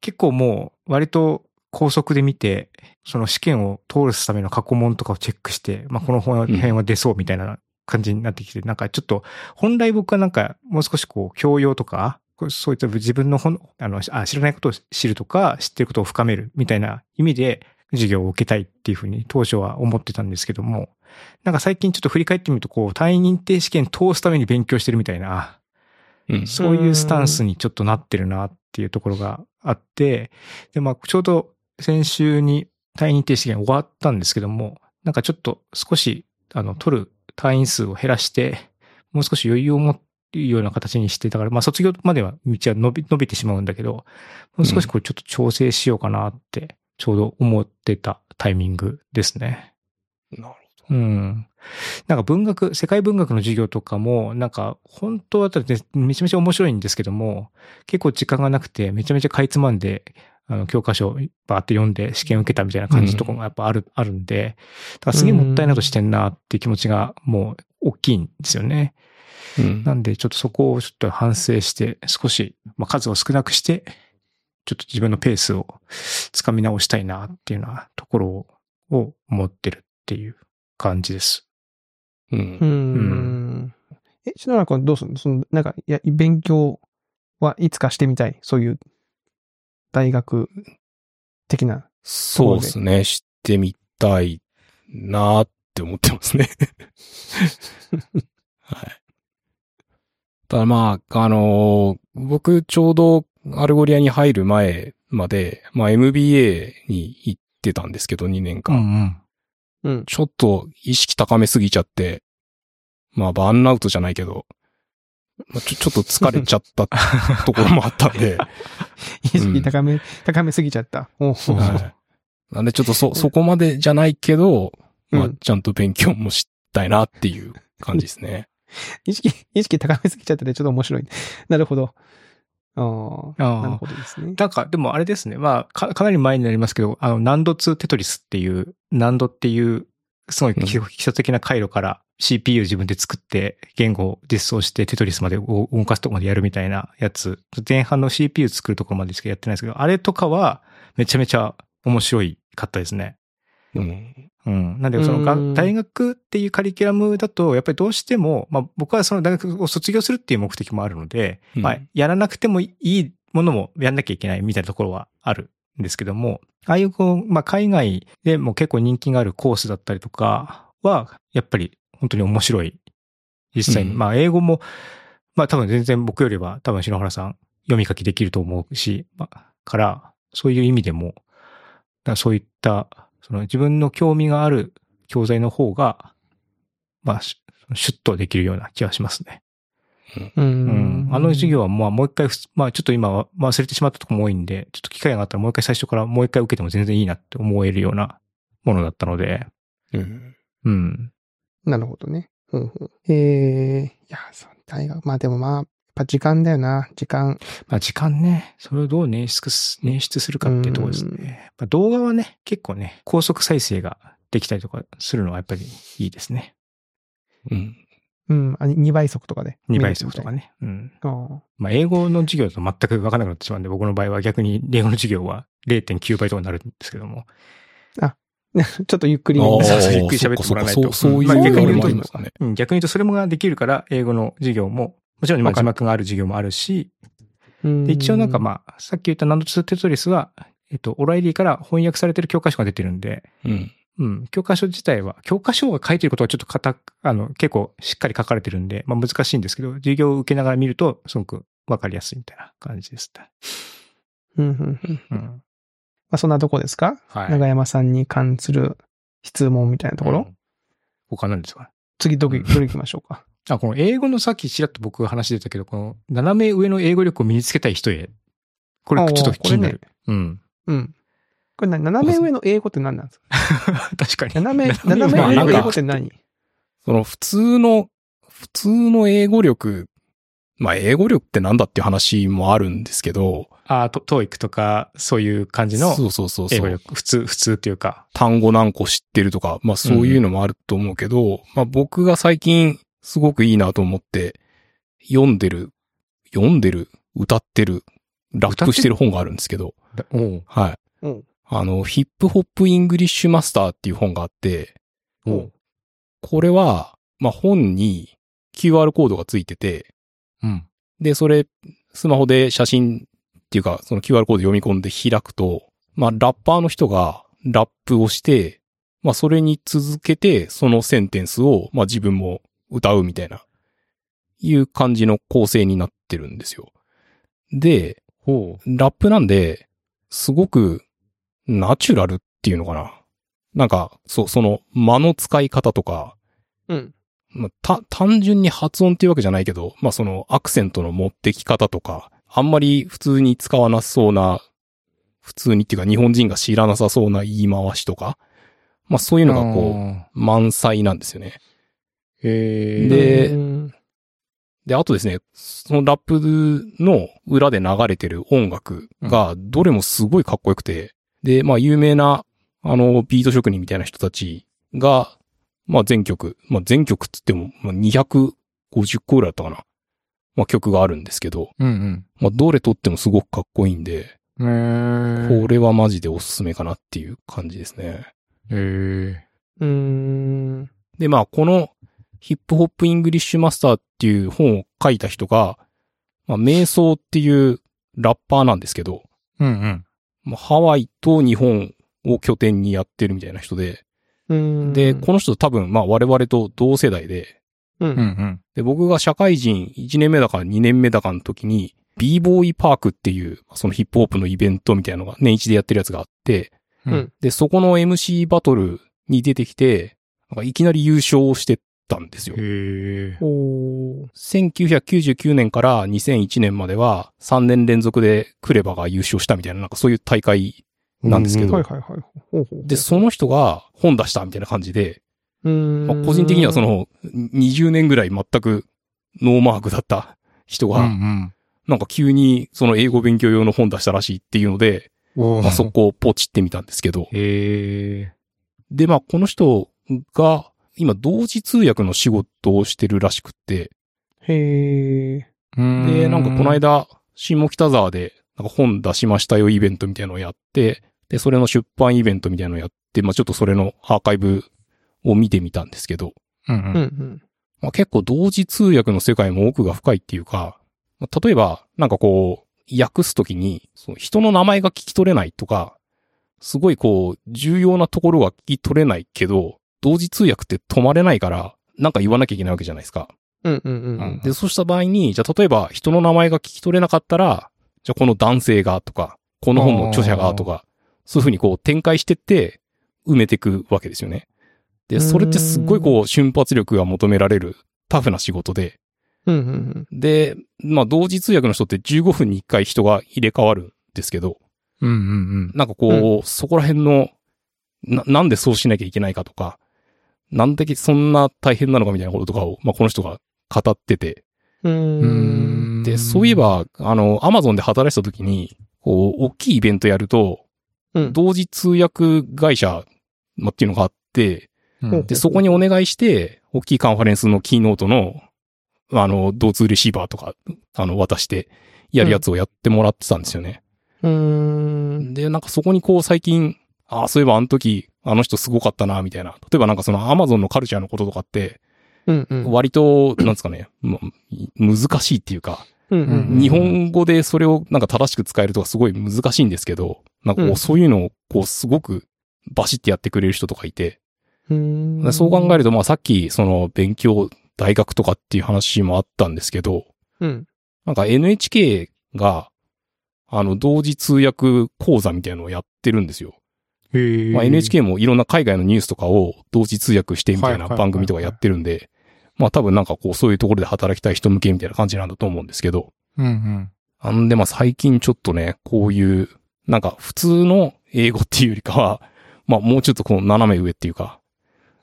Speaker 1: 結構もう、割と高速で見て、その試験を通すための過去問とかをチェックして、まあ、この辺は出そうみたいな感じになってきて、なんかちょっと、本来僕はなんか、もう少しこう、教養とか、こうそういった自分のほんあのあ知らないことを知るとか、知ってることを深めるみたいな意味で、授業を受けたいっていうふうに当初は思ってたんですけども、なんか最近ちょっと振り返ってみると、こう、単位認定試験通すために勉強してるみたいな、
Speaker 3: うん。
Speaker 1: そういうスタンスにちょっとなってるなっていうところがあって、で、まあ、ちょうど先週に退任停止限終わったんですけども、なんかちょっと少し、あの、取る単位数を減らして、もう少し余裕を持っているような形にして、だから、まあ、卒業までは道は伸び、伸びてしまうんだけど、もう少しこう、ちょっと調整しようかなって、ちょうど思ってたタイミングですね。
Speaker 3: なるほ
Speaker 1: う
Speaker 3: ど。
Speaker 1: ん。なんか文学、世界文学の授業とかも、なんか本当だったらねめちゃめちゃ面白いんですけども、結構時間がなくて、めちゃめちゃかいつまんで、あの、教科書をバーって読んで試験受けたみたいな感じとかもやっぱある、あるんで、だからすげえもったいないことしてんなっていう気持ちがもう大きいんですよね。
Speaker 3: うん
Speaker 1: なんでちょっとそこをちょっと反省して、少し、まあ、数を少なくして、ちょっと自分のペースをつかみ直したいなっていうようなところをを思ってるっていう感じです。
Speaker 3: う。
Speaker 2: うんん。え、篠原君どうするのその、なんか、いや、勉強はいつかしてみたい。そういう、大学的な。
Speaker 3: そうですね。知ってみたいなーって思ってますね。はい。ただまあ、あのー僕ちょうどアルゴリアに入る前まで、まあ MBA に行ってたんですけど、2年間。
Speaker 1: ん
Speaker 2: うん。
Speaker 3: ちょっと意識高めすぎちゃって、まあバーンアウトじゃないけど、まあちょちょっと疲れちゃったところもあったんで、
Speaker 2: 意識高め、高めすぎちゃった。おう
Speaker 3: はい。なんでちょっとそ、そこまでじゃないけど、まあ
Speaker 2: うん、
Speaker 3: ちゃんと勉強もしたいなっていう感じですね。
Speaker 2: 意識、意識高めすぎちゃったでちょっと面白い。なるほど。ああ。なる
Speaker 1: ああ
Speaker 2: ほどですね。
Speaker 1: なんか、でもあれですね。まあか、かなり前になりますけど、あの、難度2テトリスっていう、難度っていう、すごい基礎基礎的な回路から CPU 自分で作って、言語を実装してテトリスまで動動かすとこまでやるみたいなやつ、前半の CPU 作るところまでしかやってないですけど、あれとかは、めちゃめちゃ面白いかったですね。
Speaker 3: うん。
Speaker 1: うん。なんで、その
Speaker 2: う
Speaker 1: が、
Speaker 2: ん
Speaker 1: 大学っていうカリキュラムだと、やっぱりどうしても、まあ僕はその大学を卒業するっていう目的もあるので、
Speaker 3: うん
Speaker 1: まあやらなくてもいいものもやんなきゃいけないみたいなところはあるんですけども、ああいうこう、まあ海外でも結構人気があるコースだったりとかは、やっぱり本当に面白い。実際に、
Speaker 3: うん
Speaker 1: まあ英語も、まあ多分全然僕よりは多分篠原さん読み書きできると思うし、まあ、から、そういう意味でも、だそういった、その自分の興味がある教材の方が、まあ、しシュッとできるような気がしますね。
Speaker 2: う
Speaker 1: うん
Speaker 2: ん。
Speaker 1: あの授業はまあもう一回ふつ、まあちょっと今は忘れてしまったとこも多いんで、ちょっと機会があったらもう一回最初からもう一回受けても全然いいなって思えるようなものだったので、
Speaker 3: うん。
Speaker 1: うん。
Speaker 2: なるほどね。ふんふん。えー、いや、そう、大学、まあでもまあ、やっぱ時間だよな、時間。
Speaker 1: まあ時間ね、それをどう捻出す、捻出するかっていうところです
Speaker 2: うん
Speaker 1: ね。まあ動画はね、結構ね、高速再生ができたりとかするのはやっぱりいいですね。
Speaker 3: うん。
Speaker 2: うん、あ2倍速とかで。
Speaker 1: 2倍速とかね。うん。
Speaker 2: 見れるみたいな。ああ
Speaker 1: まあ英語の授業だと全く分からなくなってしまうんで、僕の場合は逆に英語の授業は0.9倍とかになるんですけども。
Speaker 2: ちょっとゆっくりめ
Speaker 1: お
Speaker 2: に
Speaker 1: ー。そうそうゆっ
Speaker 3: あ
Speaker 1: くり
Speaker 3: ー
Speaker 1: 喋ってもらわないと
Speaker 3: そうかそうそう
Speaker 1: まあ
Speaker 3: いう
Speaker 1: 逆
Speaker 3: の
Speaker 1: に言う
Speaker 3: も
Speaker 1: と
Speaker 3: ありますかね。
Speaker 1: うん、逆に言うとそれもができるから、英語の授業も、もちろん今字幕がある授業もあるし、で一応なんか
Speaker 2: あ、
Speaker 1: まあ、さっき言ったナンドツテトリスは、えっと、オライリーから翻訳されてる教科書が出てるんで、
Speaker 3: うん。
Speaker 1: うん、教科書自体は、教科書が書いてることはちょっと固く、あの、結構しっかり書かれてるんで、まあ難しいんですけど、授業を受けながら見ると、すごくわかりやすいみたいな感じですね。
Speaker 2: うんうんうん
Speaker 1: うん。
Speaker 2: まあそんなとこですか
Speaker 1: はい。
Speaker 2: 長山さんに関する質問みたいなところ、
Speaker 1: うん他なんですか
Speaker 2: 次どこ、どれ行きましょうか
Speaker 1: あ、この英語のさっきちらっと僕話出たけど、この斜め上の英語力を身につけたい人へ。これちょっと気になる。うん。
Speaker 2: うん。これ何斜め上の英語って何なん ですか
Speaker 1: 確かに。
Speaker 2: 斜 め、
Speaker 1: め
Speaker 2: 斜め上の英語って何
Speaker 3: その普通の、普通の英語力、まあ英語力ってなんだっていう話もあるんですけど、
Speaker 1: あ、トトーイックとか、そういう感じの
Speaker 3: そうそうそう
Speaker 1: 英
Speaker 3: そ
Speaker 1: 語
Speaker 3: う。
Speaker 1: 力。普通、普通っていうか。
Speaker 3: 単語何個知ってるとか、まあそういうのもあると思うけど、まあ僕が最近すごくいいなと思って、読んでる、読んでる、歌ってる、ラップしてる本があるんですけど、
Speaker 1: だおう
Speaker 3: はい。
Speaker 2: うん。
Speaker 3: あの、ヒップホップイングリッシュマスターっていう本があって、
Speaker 1: お
Speaker 2: お
Speaker 1: う。
Speaker 3: これは、まあ、本に QR コードがついてて、
Speaker 1: うん。
Speaker 3: で、それ、スマホで写真っていうか、その QR コード読み込んで開くと、まあ、ラッパーの人がラップをして、まあ、それに続けて、そのセンテンスを、まあ、自分も歌うみたいな、いう感じの構成になってるんですよ。で、
Speaker 1: ほ
Speaker 3: ラップなんで、すごくナチュラルっていうのかな。なんか、そう、その間の使い方とか、
Speaker 2: うん。
Speaker 3: まあた、単純に発音っていうわけじゃないけど、まあそのアクセントの持ってき方とか、あんまり普通に使わなそうな、普通にっていうか日本人が知らなさそうな言い回しとか、まあそういううのがこ
Speaker 1: う。
Speaker 3: う、満載なんですよね。
Speaker 1: へえ。
Speaker 3: で
Speaker 2: うん
Speaker 3: で、あとですね、そのラップの裏で流れてる音楽が、どれもすごいかっこよくて、で、まあ、有名な、あの、ビート職人みたいな人たちが、まあ、全曲、まあ、全曲っつっても、まあ、250個ぐらいだったかな。まあ、曲があるんですけど、
Speaker 1: うん
Speaker 3: まあ、どれとってもすごくかっこいいんで、
Speaker 1: うん。へ
Speaker 3: これはマジでおすすめかなっていう感じですね。
Speaker 1: え。へえ。
Speaker 2: うん。
Speaker 3: で、まあ、このヒップホップイングリッシュマスターっていう本を書いた人が、まあ、瞑想っていうラッパーなんですけど、
Speaker 1: うんうん。
Speaker 3: まあ、ハワイと日本を拠点にやってるみたいな人で、
Speaker 2: うん。
Speaker 3: で、この人多分、まあ、我々と同世代で、
Speaker 2: う
Speaker 1: うん
Speaker 2: ん。
Speaker 1: うん。
Speaker 3: で、僕が社会人1年目だか2年目だかの時に、b ボーイパークっていう、そのヒップホップのイベントみたいなのが年一でやってるやつがあって、
Speaker 2: うん
Speaker 3: で、そこの MC バトルに出てきて、なんかいきなり優勝してたんですよ。
Speaker 1: へえ。
Speaker 2: おー
Speaker 3: 1999年から2001年までは3年連続でクレバが優勝したみたいな、なんかそういう大会なんですけ
Speaker 1: うん
Speaker 3: ど
Speaker 2: はい、はいはい。ほうほう
Speaker 3: で、その人が本出したみたいな感じで、
Speaker 2: う
Speaker 3: まあ
Speaker 2: ん。
Speaker 3: 個人的にはそ、の20年ぐらい全くノーマークだった人
Speaker 1: うんう
Speaker 3: が、
Speaker 1: ん。
Speaker 3: なんか急にその英語勉強用の本出したらしいっていうので、
Speaker 1: お
Speaker 3: まあ、そ。こをポチってみたんですけど、
Speaker 1: へえ。
Speaker 3: で、まあこの人が今同時通訳の仕事をしてるらしくって、
Speaker 2: へえ。
Speaker 3: で、なんかこの、間、下北沢で、なんか本出しましたよイベントみたいなのをやって、で、それの出版イベントみたいなのをやって、まあちょっとそれのアーカイブを見てみたんですけど、
Speaker 1: うんう
Speaker 2: うんんうん。
Speaker 3: まあ結構同時通訳の世界も奥が深いっていうか、まあ例えば、なんかこう、訳すときに、その人の名前が聞き取れないとか、すごいこう、重要なところが聞き取れないけど、同時通訳って止まれないから、なんか言わなきゃいけないわけじゃないですか。
Speaker 2: うんうんうんうん。
Speaker 3: で、そうした場合に、じゃあ例えば人の名前が聞き取れなかったら、じゃあこの男性がとか、この本の著者がとか、そういうふうにこう展開してって埋めていくわけですよね。で、それってすっごいこう瞬発力が求められるタフな仕事で、
Speaker 2: うんうんうん。
Speaker 3: で、まあ同時通訳の人って15分に1回人が入れ替わるんですけど、
Speaker 1: うんうんうん。
Speaker 3: なんかこう、そこら辺の、な、なんでそうしなきゃいけないかとか、なんでそんな大変なのかみたいなこととかを、まあ、この人が語ってて。
Speaker 2: うー。
Speaker 1: うんん
Speaker 3: で、そういえ、ば、あの、アマゾンで働いてた時に、こう、大きいイベントやると、
Speaker 2: うん
Speaker 3: 同時通訳会社、まあ、っていうのがあって、
Speaker 1: うん
Speaker 2: ほう
Speaker 3: で、そこにお願いして、大きいカンファレンスのキーノートの、あの、同通レシーバーとか、あの、渡して、やるやつをやってもらってたんですよね。
Speaker 2: うーん。
Speaker 3: で、なんかそこにこう最近、ああ、そういえばあの時、あの人すごかったな、みたいな。例えばなんかそのアマゾンのカルチャーのこととかって、
Speaker 2: うんうん。
Speaker 3: 割と、なんですかね、ま難しいっていうか、
Speaker 2: うんうん
Speaker 1: うん
Speaker 3: 日本語でそれをなんか正しく使えるとかすごい難しいんですけど、なんかこ
Speaker 2: う
Speaker 3: うんそういうのをこうすごくバシってやってくれる人とかいて、
Speaker 2: うー
Speaker 3: で
Speaker 2: ん。
Speaker 3: そう考えるとまあさっきその勉強、大学とかっていう話もあったんですけど、
Speaker 2: うん。
Speaker 3: なんか NHK が、あの、同時通訳講座みたいなのをやってるんですよ。
Speaker 1: へー
Speaker 3: まあ、NHK もいろんな海外のニュースとかを同時通訳してみたいな番組とかやってるんで、まあ多分なんかこうそういうところで働きたい人向けみたいな感じなんだと思うんですけど、
Speaker 1: うんうん。
Speaker 3: あんでまあ最近ちょっとね、こういう、なんか普通の英語っていうよりかは、 まあもうちょっとこの斜め上っていうか、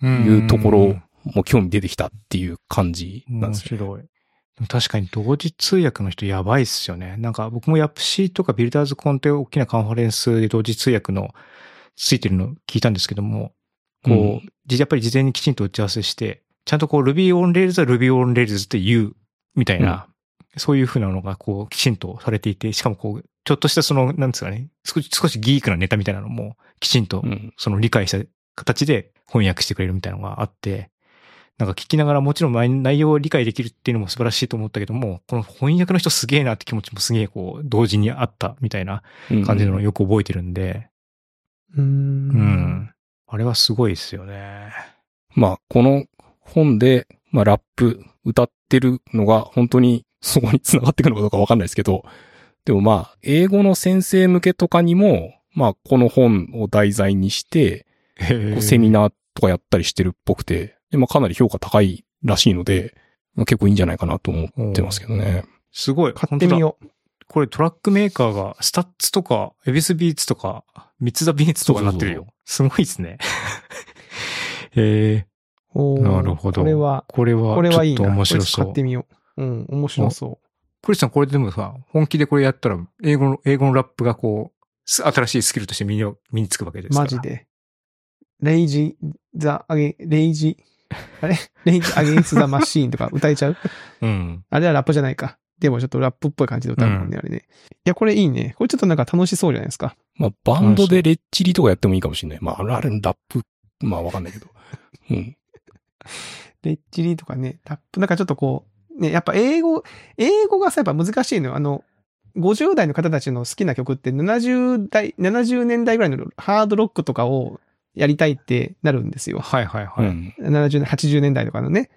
Speaker 1: うん
Speaker 3: いうところもう興味出てきたっていう感じなん
Speaker 1: 面
Speaker 3: ですよ。
Speaker 1: 白い。でも確かに同時通訳の人やばいっすよね。なんか僕もヤプシーとかビルダーズコンって大きなカンファレンスで同時通訳のついてるの聞いたんですけども、こう、じやっぱり事前にきちんと打ち合わせして、ちゃんとこう Ruby on Rails は Ruby on Rails って言うみたいな、そういうふうなのがこうきちんとされていて、しかもこう、ちょっとしたその、なんですかね、少し少しギークなネタみたいなのもきちんと
Speaker 3: うん。
Speaker 1: その理解した形で翻訳してくれるみたいなのがあって、なんか聞きながらもちろん内内容を理解できるっていうのも素晴らしいと思ったけども、この翻訳の人すげえなって気持ちもすげえこう同時にあったみたいな
Speaker 3: うん
Speaker 1: 感じのをよく覚えてるんで、
Speaker 2: うー。
Speaker 1: うんん。あれはすごいですよね。
Speaker 3: まあ、この本で、まあ、ラップ歌ってるのが本当にそこに繋がってくるのかどうかわかんないですけど、でもまあ、英語の先生向けとかにも、まあ、この本を題材にして、こうセミナーとかやったりしてるっぽくて、でまあ、かなり評価高いらしいので、まあ、結構いいんじゃないかなと思ってますけどね。
Speaker 1: すごい。
Speaker 2: 買ってみよう。
Speaker 1: これトラックメーカーがスタッツとか、エビスビーツとか、ミツダビーツとかなってるよ。すごいです ね。え
Speaker 2: お
Speaker 1: ー、
Speaker 2: ー
Speaker 1: なるほど。
Speaker 2: これは、
Speaker 1: これは、
Speaker 2: これはいい
Speaker 1: ちょっ
Speaker 2: な。
Speaker 1: と面白
Speaker 2: これちょ
Speaker 1: そ
Speaker 2: っと買っ
Speaker 1: う
Speaker 2: て。みよう。うん、面白そ
Speaker 1: クリスさん、これでもさ、本気でこれやったら、英語の、英語のラップがこう、す新しいスキルとして身にを身につくわけで
Speaker 2: う。
Speaker 1: すから。
Speaker 2: マジ。で。レイジ、ザ、あげ、レイジ、あれレイジ、アゲインスザマシーンとか歌えちゃう
Speaker 1: うん。
Speaker 2: あれはラップじゃないか。でもちょっとラップっぽい感じで歌うもんね、あれね。いや、これいいね。これちょっとなんか楽しそうじゃないですか。
Speaker 3: まあ、バンドでレッチリとかやってもいいかもしれない。まあ、あれ、あれ、ラップ、まあ、わかんない けど。うん。
Speaker 2: レッチリとかね、ラップ、なんかちょっとこう、ね、やっぱ英語、英語がさ、やっぱ難しいのよ。あの、50代の方たちの好きな曲って70代、70年代ぐらいのハードロックとかをやりたいってなるんですよ。
Speaker 1: はいはいは
Speaker 3: う
Speaker 1: い。
Speaker 3: ん
Speaker 2: 70年、80年代とかのね。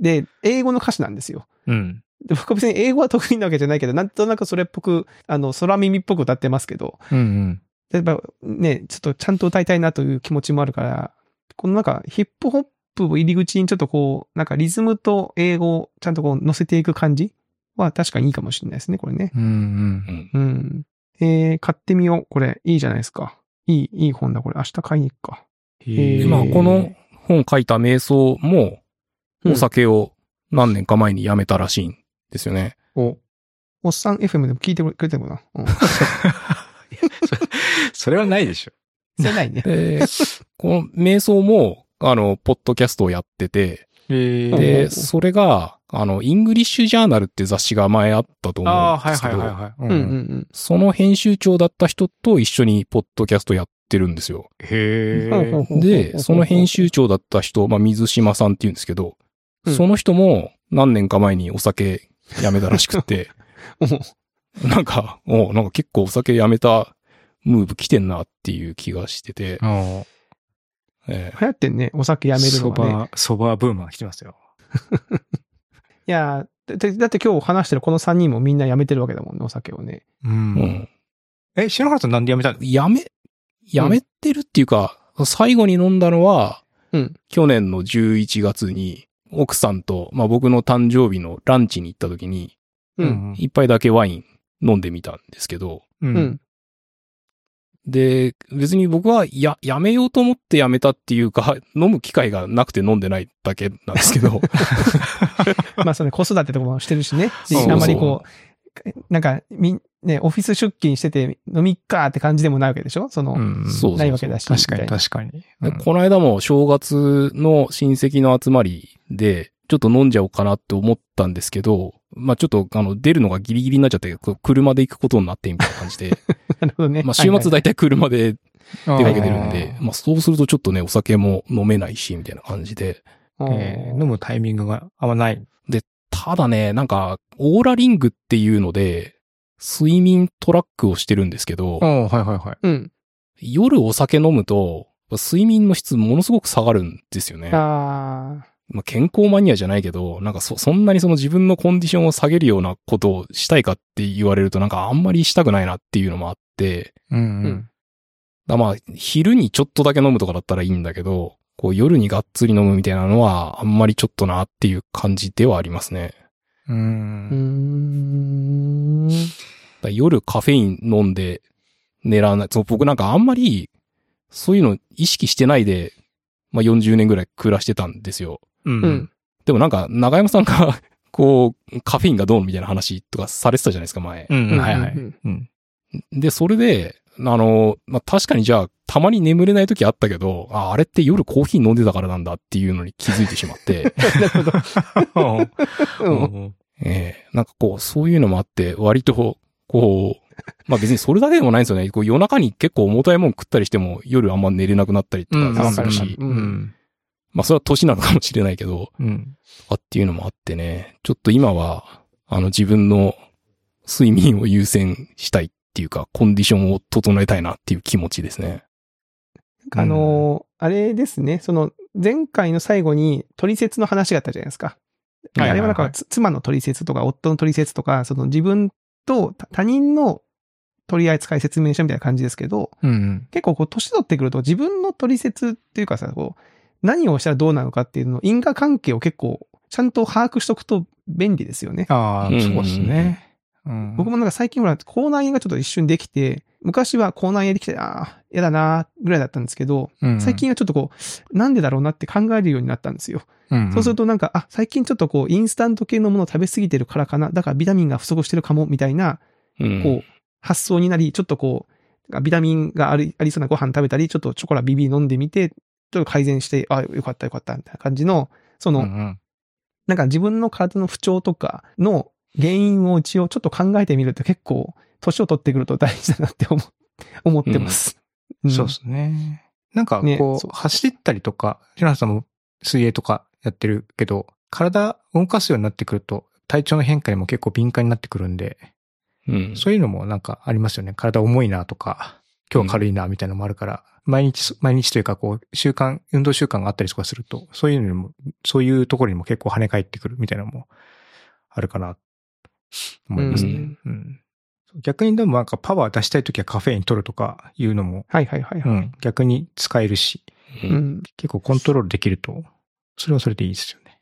Speaker 2: で、英語の歌詞なんですよ。
Speaker 1: うん。
Speaker 2: で僕は別に英語は得意なわけじゃないけど、なんとなくそれっぽく、あの、空耳っぽく歌ってますけど、
Speaker 1: うんうん。
Speaker 2: 例えばね、ちょっとちゃんと歌いたいなという気持ちもあるから、このなんかヒップホップを入り口にちょっとこう、なんかリズムと英語をちゃんとこう乗せていく感じは確かにいいかもしれないですね、これね。
Speaker 1: うんう。
Speaker 3: うんん。
Speaker 2: うん。えー、買ってみよう。これ、いいじゃないですか。いい、いい本だ、これ。明日買いに行くか。
Speaker 1: へ
Speaker 3: で
Speaker 1: ー
Speaker 3: まあ、この本書いた瞑想も、
Speaker 2: うん
Speaker 3: お酒を何年か前にやめたらしいんですよね。
Speaker 1: お。
Speaker 2: おっさん FM でも聞いてくれてるのかな。うん。
Speaker 1: それはないでしょ。
Speaker 2: せない ね。
Speaker 3: で、この瞑想も、あの、ポッドキャストをやってて、
Speaker 1: え
Speaker 2: ほうほうほ
Speaker 3: で、
Speaker 2: う
Speaker 3: それが、あの、イングリッシュジャーナルって雑誌が前あったと
Speaker 1: あ
Speaker 3: 思
Speaker 1: あ、
Speaker 3: うん
Speaker 1: は
Speaker 3: で
Speaker 1: い
Speaker 3: すけ
Speaker 1: はいはい
Speaker 3: ど、
Speaker 1: はい。
Speaker 2: う
Speaker 1: うん
Speaker 2: うん
Speaker 1: ん。
Speaker 3: その編集長だった人と一緒にポッドキャストやってるんですよ。
Speaker 1: へ
Speaker 2: うんほう
Speaker 1: え。
Speaker 2: ほうほうほう。
Speaker 3: で、その編集長だった人、まあ、水島さんって言うんですけど、
Speaker 2: うん
Speaker 3: その人も何年か前にお酒やめたらしくって、
Speaker 2: お
Speaker 3: なんか、おうなんか結構お酒やめたムーブ来てんなっていう気がしてて、
Speaker 1: あ
Speaker 3: ええ
Speaker 2: 流行ってんね、お酒やめる
Speaker 1: そ
Speaker 2: のがね。
Speaker 1: ば、そばブームが来てますよ。
Speaker 2: いやーだだって今日話してるこの3人もみんなやめてるわけだもんね、お酒をね。
Speaker 1: う。
Speaker 3: うんん。
Speaker 1: え、篠原さんなんでやめたの
Speaker 3: やめ、やめてるっていうか、最後に飲んだのは、
Speaker 2: うん
Speaker 3: 去年の11月に、奥さんと、まあ、僕の誕生日のランチに行った時に、
Speaker 2: うん。
Speaker 3: 一杯だけワイン飲んでみたんですけど、
Speaker 1: う。
Speaker 2: うんん。
Speaker 3: で、別に僕は、や、やめようと思ってやめたっていうか、 飲む機会がなくて飲んでないだけなんですけど、
Speaker 2: まあ、それ子育てとかもしてるしね。で
Speaker 1: そうそう
Speaker 2: あんまりこう、なんか、み、ね、オフィス出勤してて飲みっかって感じでもないわけでしょその、
Speaker 1: うん。
Speaker 3: そう
Speaker 2: ないわけだし。
Speaker 1: 確か
Speaker 2: み
Speaker 1: に
Speaker 2: たい
Speaker 1: 確かに。
Speaker 3: で
Speaker 1: うん
Speaker 3: この間も正月の親戚の集まりで、ちょっと飲んじゃおうかなって思ったんですけど、まあちょっと、あの、出るのがギリギリになっちゃって、こう車で行くことになってみたいな感 じで、
Speaker 2: な。なるほどね。
Speaker 3: まあ週末
Speaker 2: だ。
Speaker 3: 大体車で
Speaker 1: 出
Speaker 3: 出かけてるんで
Speaker 1: あ、ー
Speaker 3: まあそうするとちょっとね、お酒も飲めないし、みたいな感じで。
Speaker 2: うん
Speaker 1: えー飲むタイミングがあんまない。
Speaker 3: ただね、なんか、オーラリングっていうので、睡眠トラックをしてるんですけ
Speaker 1: ん、
Speaker 3: ど、
Speaker 1: はいはいはい。
Speaker 2: うん。
Speaker 3: 夜お酒飲むと、睡眠の質ものすごく下がるんですよね。
Speaker 2: あ
Speaker 3: まあ、健康マニアじゃないけど、なんかそ、そんなにその自分のコンディションを下げるようなことをしたいかって言われると、なんかあんまりしたくないなっていうのもあって、
Speaker 1: うん、
Speaker 2: う
Speaker 1: うんん。
Speaker 3: だまあ、昼にちょっとだけ飲むとかだったらいいんだけど、こう夜にがっつり飲むみたいなのは、あんまりちょっとなっていう感じではありますね。
Speaker 1: う
Speaker 2: ー。うー
Speaker 1: ん。
Speaker 2: ん。
Speaker 3: だから夜カフェイン飲んで寝らない。そう僕なんかあんまり、そういうの意識してないで、まあ40年ぐらい暮らしてたんですよ。
Speaker 1: う
Speaker 2: うんん。。
Speaker 3: でもなんか、長山さんが、 こう、カフェインがどうのみたいな話とかされてたじゃないですか、前。
Speaker 1: うん。はいはい。
Speaker 2: う
Speaker 1: うんん。
Speaker 3: で、それで、あの、まあ、確かにじゃあ、たまに眠れない時あったけど、あ、あれって夜コーヒー飲んでたからなんだっていうのに気づいてしまって、
Speaker 2: なるほど。うん。
Speaker 3: ええなんかこう、そういうのもあって、割と、こう、まあ、別にそれだけでもないんですよね。こう夜中に結構重たいもん食ったりしても、夜あんま寝れなくなったりと
Speaker 1: うん
Speaker 3: か
Speaker 2: わ
Speaker 3: す
Speaker 2: か
Speaker 3: る
Speaker 2: る
Speaker 3: し、
Speaker 2: わかる
Speaker 1: う
Speaker 2: うん
Speaker 1: ん。
Speaker 3: まあ、それは年なのかもしれないけど、
Speaker 1: うん。
Speaker 3: あっていうのもあってね、ちょっと今は、あの自分の睡眠を優先したいっていうか、コンディションを整えたいなっていう気持ちですね。
Speaker 2: あのーあれですね、その、前回の最後に、取説の話があったじゃないですか。
Speaker 1: はいはいはい
Speaker 2: あれはなんか、つ妻の取説とか、夫の取説とか、その自分と他他人の取り扱い説明書みたいな感じですけど、
Speaker 1: うん。
Speaker 2: 結構こう、年取ってくると、自分の取説っていうかさ、こう、何をしたらどうなのかっていうの、因果関係を結構、ちゃんと把握しとくと便利ですよね。
Speaker 1: ああ、
Speaker 3: うん
Speaker 1: そうですね。うん。
Speaker 2: 僕もなんか最近ほら、口内炎がちょっと一瞬できて、昔は口内炎できて、ああ、嫌だな、ぐらいだったんですけど、
Speaker 1: うん、
Speaker 2: 最近はちょっとこう、なんでだろうなって考えるようになったんですよ。
Speaker 1: うん、
Speaker 2: そうするとなんか、あ、最近ちょっとこう、インスタント系のものを食べ過ぎてるからかな、だからビタミンが不足してるかも、みたいな、
Speaker 3: うん。
Speaker 2: こう、発想になり、ちょっとこう、ビタミンがありありそうなご飯食べたり、ちょっとチョコラビビ飲んでみて、ちょっと改善して、あ、よかったよかった、みたいな感じの、その、
Speaker 1: うん
Speaker 2: なんか自分の体の不調とかの原因を一応ちょっと考えてみると結構、年を取ってくると大事だなって思う思ってます。
Speaker 1: うん
Speaker 2: ん
Speaker 1: そうですね。なんか、こう、
Speaker 2: ねそう
Speaker 1: 走ったりとか、平野さんも水泳とかやってるけど、体を動かすようになってくると、体調の変化にも結構敏感になってくるんで、
Speaker 3: うん。
Speaker 1: そういうのもなんかありますよね。体重いなとか、今日は軽いなみたいなのもあるから、毎日そ、毎日というかこう、習慣、運動習慣があったりとかすると、そういうのにも、そういうところにも結構跳ね返ってくるみたいなのもあるかな、思いますね。
Speaker 2: うん
Speaker 1: うん逆にでもなんかパワー出したいときはカフェイン取るとかいうのも、
Speaker 2: はいはいはいは
Speaker 1: う
Speaker 2: い。
Speaker 1: ん、逆に使えるし、
Speaker 3: う。
Speaker 2: うんん。
Speaker 1: 結構コントロールできると、それはそれでいいですよね。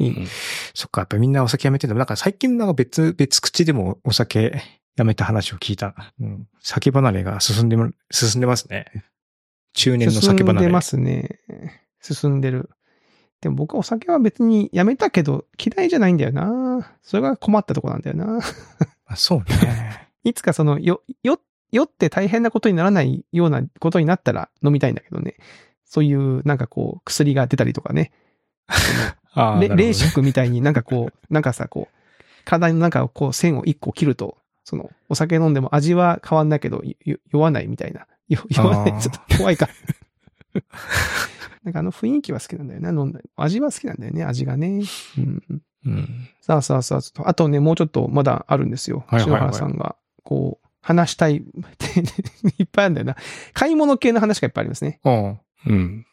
Speaker 3: うん
Speaker 1: そっか、やっぱみんなお酒やめてんだ。なんか最近なんか別、別口でもお酒やめた話を聞いた。うん。酒離れが進んでも、進んでますね。中年の酒離れ。
Speaker 2: 進んでますね。進んでる。でも僕はお酒は別にやめたけど嫌いじゃないんだよな。それが困ったとこなんだよな。
Speaker 1: あそうね。
Speaker 2: いつかその、よ、よ、酔って大変なことにならないようなことになったら飲みたいんだけどね。そういう、なんかこう、薬が出たりとかね。
Speaker 1: ああ、なるほ
Speaker 2: レ
Speaker 1: ど
Speaker 2: レーシックみたいになんかこう、なんかさ、こう、体の中をこう、線を一個切ると、その、お酒飲んでも味は変わんないけど、よよ酔わないみたいな。よ酔わな
Speaker 1: あ
Speaker 2: い。
Speaker 1: ー
Speaker 2: ちょっと怖いか。 なんかあの雰囲気は好きなんだよね。飲んだ味は好きなんだよね、味がね。うん。
Speaker 3: うん。
Speaker 2: さあさあさあちょっと、あとね、もうちょっとまだあるんですよ。
Speaker 1: はいはい
Speaker 2: 篠
Speaker 1: はい
Speaker 2: 原さんが、こう、話したい、 いっぱいあるんだよな。買い物系の話がいっぱいありますね。
Speaker 1: うん。
Speaker 3: うん。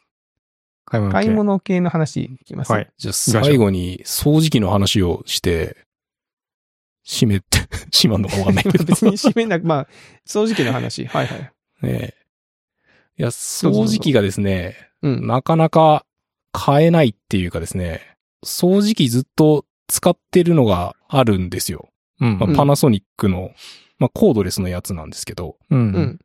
Speaker 1: 買い物系。
Speaker 2: 買い物系の話いきます。
Speaker 1: はい。
Speaker 3: じゃあ最後に掃除機の話をして、閉めて、 閉まんのかわかんない けど。
Speaker 2: 別に閉めなく、まあ、掃除機の話。はいはい。
Speaker 3: ねえいや、
Speaker 2: うぞ
Speaker 3: 掃除機がですね、
Speaker 2: うん。
Speaker 3: なかなか買えないっていうかですね、掃除機ずっと使ってるのがあるんですよ。
Speaker 1: うん。
Speaker 3: まあ
Speaker 2: うん
Speaker 3: パナソニックの、まあコードレスのやつなんですけど、
Speaker 1: う。
Speaker 2: うんん。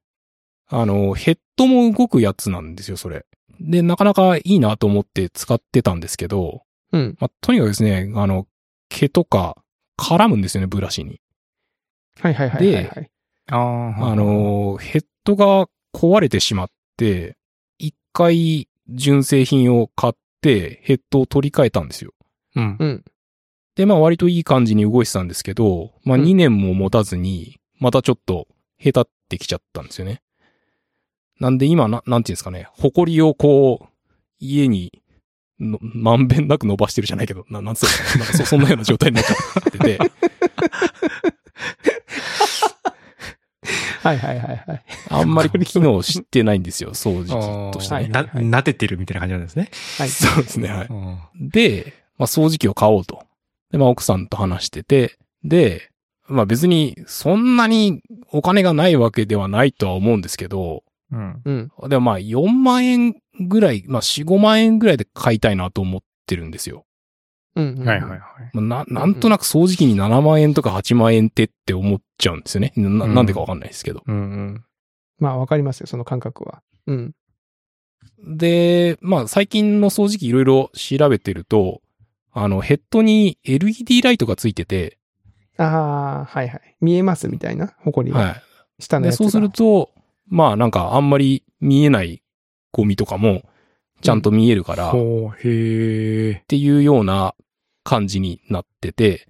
Speaker 3: あの、ヘッドも動くやつなんですよ、それ。で、なかなかいいなと思って使ってたんですけど、
Speaker 2: うん。
Speaker 3: まあ、とにかくですね、あの、毛とか絡むんですよね、ブラシに。
Speaker 2: はいはいはいはいはい。
Speaker 1: ああ
Speaker 3: あ、の、ヘッドが壊れてしまって、一回純正品を買ってヘッドを取り替えたんですよ。
Speaker 1: うん
Speaker 2: う。ん。
Speaker 3: で、まあ割といい感じに動いてたんですけど、まあ
Speaker 2: うん
Speaker 3: 2年も持たずに、またちょっと下手ってきちゃったんですよね。なんで今な、なんていうんですかね、埃をこう、家にの、まんべんなく伸ばしてるじゃないけど、ななんつうの、なんかそそんなような状態になっちゃってて、
Speaker 2: はいはいはいはい。
Speaker 3: あんまり機能してないんで すよ、掃除機として
Speaker 2: あー
Speaker 3: ね。
Speaker 1: な、なでてるみたいな感じなんですね。
Speaker 2: はい。
Speaker 3: そうですね、はい。
Speaker 1: うん
Speaker 3: で、まあ、掃除機を買おうと。で、まあ、奥さんと話してて、で、まあ、別に、そんなにお金がないわけではないとは思うんですけど、
Speaker 1: うん。
Speaker 2: うん。
Speaker 3: でもまあ、4万円ぐらい、まあ、4、5万円ぐらいで買いたいなと思ってるんですよ。
Speaker 2: うん。
Speaker 1: はいはいはい。
Speaker 3: まあ、な、なんとなく掃除機に7万円とか8万円ってって思っちゃうんですよね。な、
Speaker 1: うん
Speaker 3: なんでかわかんないですけど。
Speaker 1: うんうん。
Speaker 2: まあわかりますよ、その感覚は。うん。
Speaker 3: で、まあ、最近の掃除機いろいろ調べてると、あの、ヘッドに LED ライトがついてて、
Speaker 2: ああ、はいはい。見えますみたいな、誇り
Speaker 3: は
Speaker 2: が。
Speaker 3: い。
Speaker 2: 下の
Speaker 3: で、
Speaker 2: やつが。
Speaker 3: そうすると、まあなんかあんまり見えないゴミとかもちゃんと見えるから、っ
Speaker 1: ほう、へえ。
Speaker 3: ていうような感じになってて、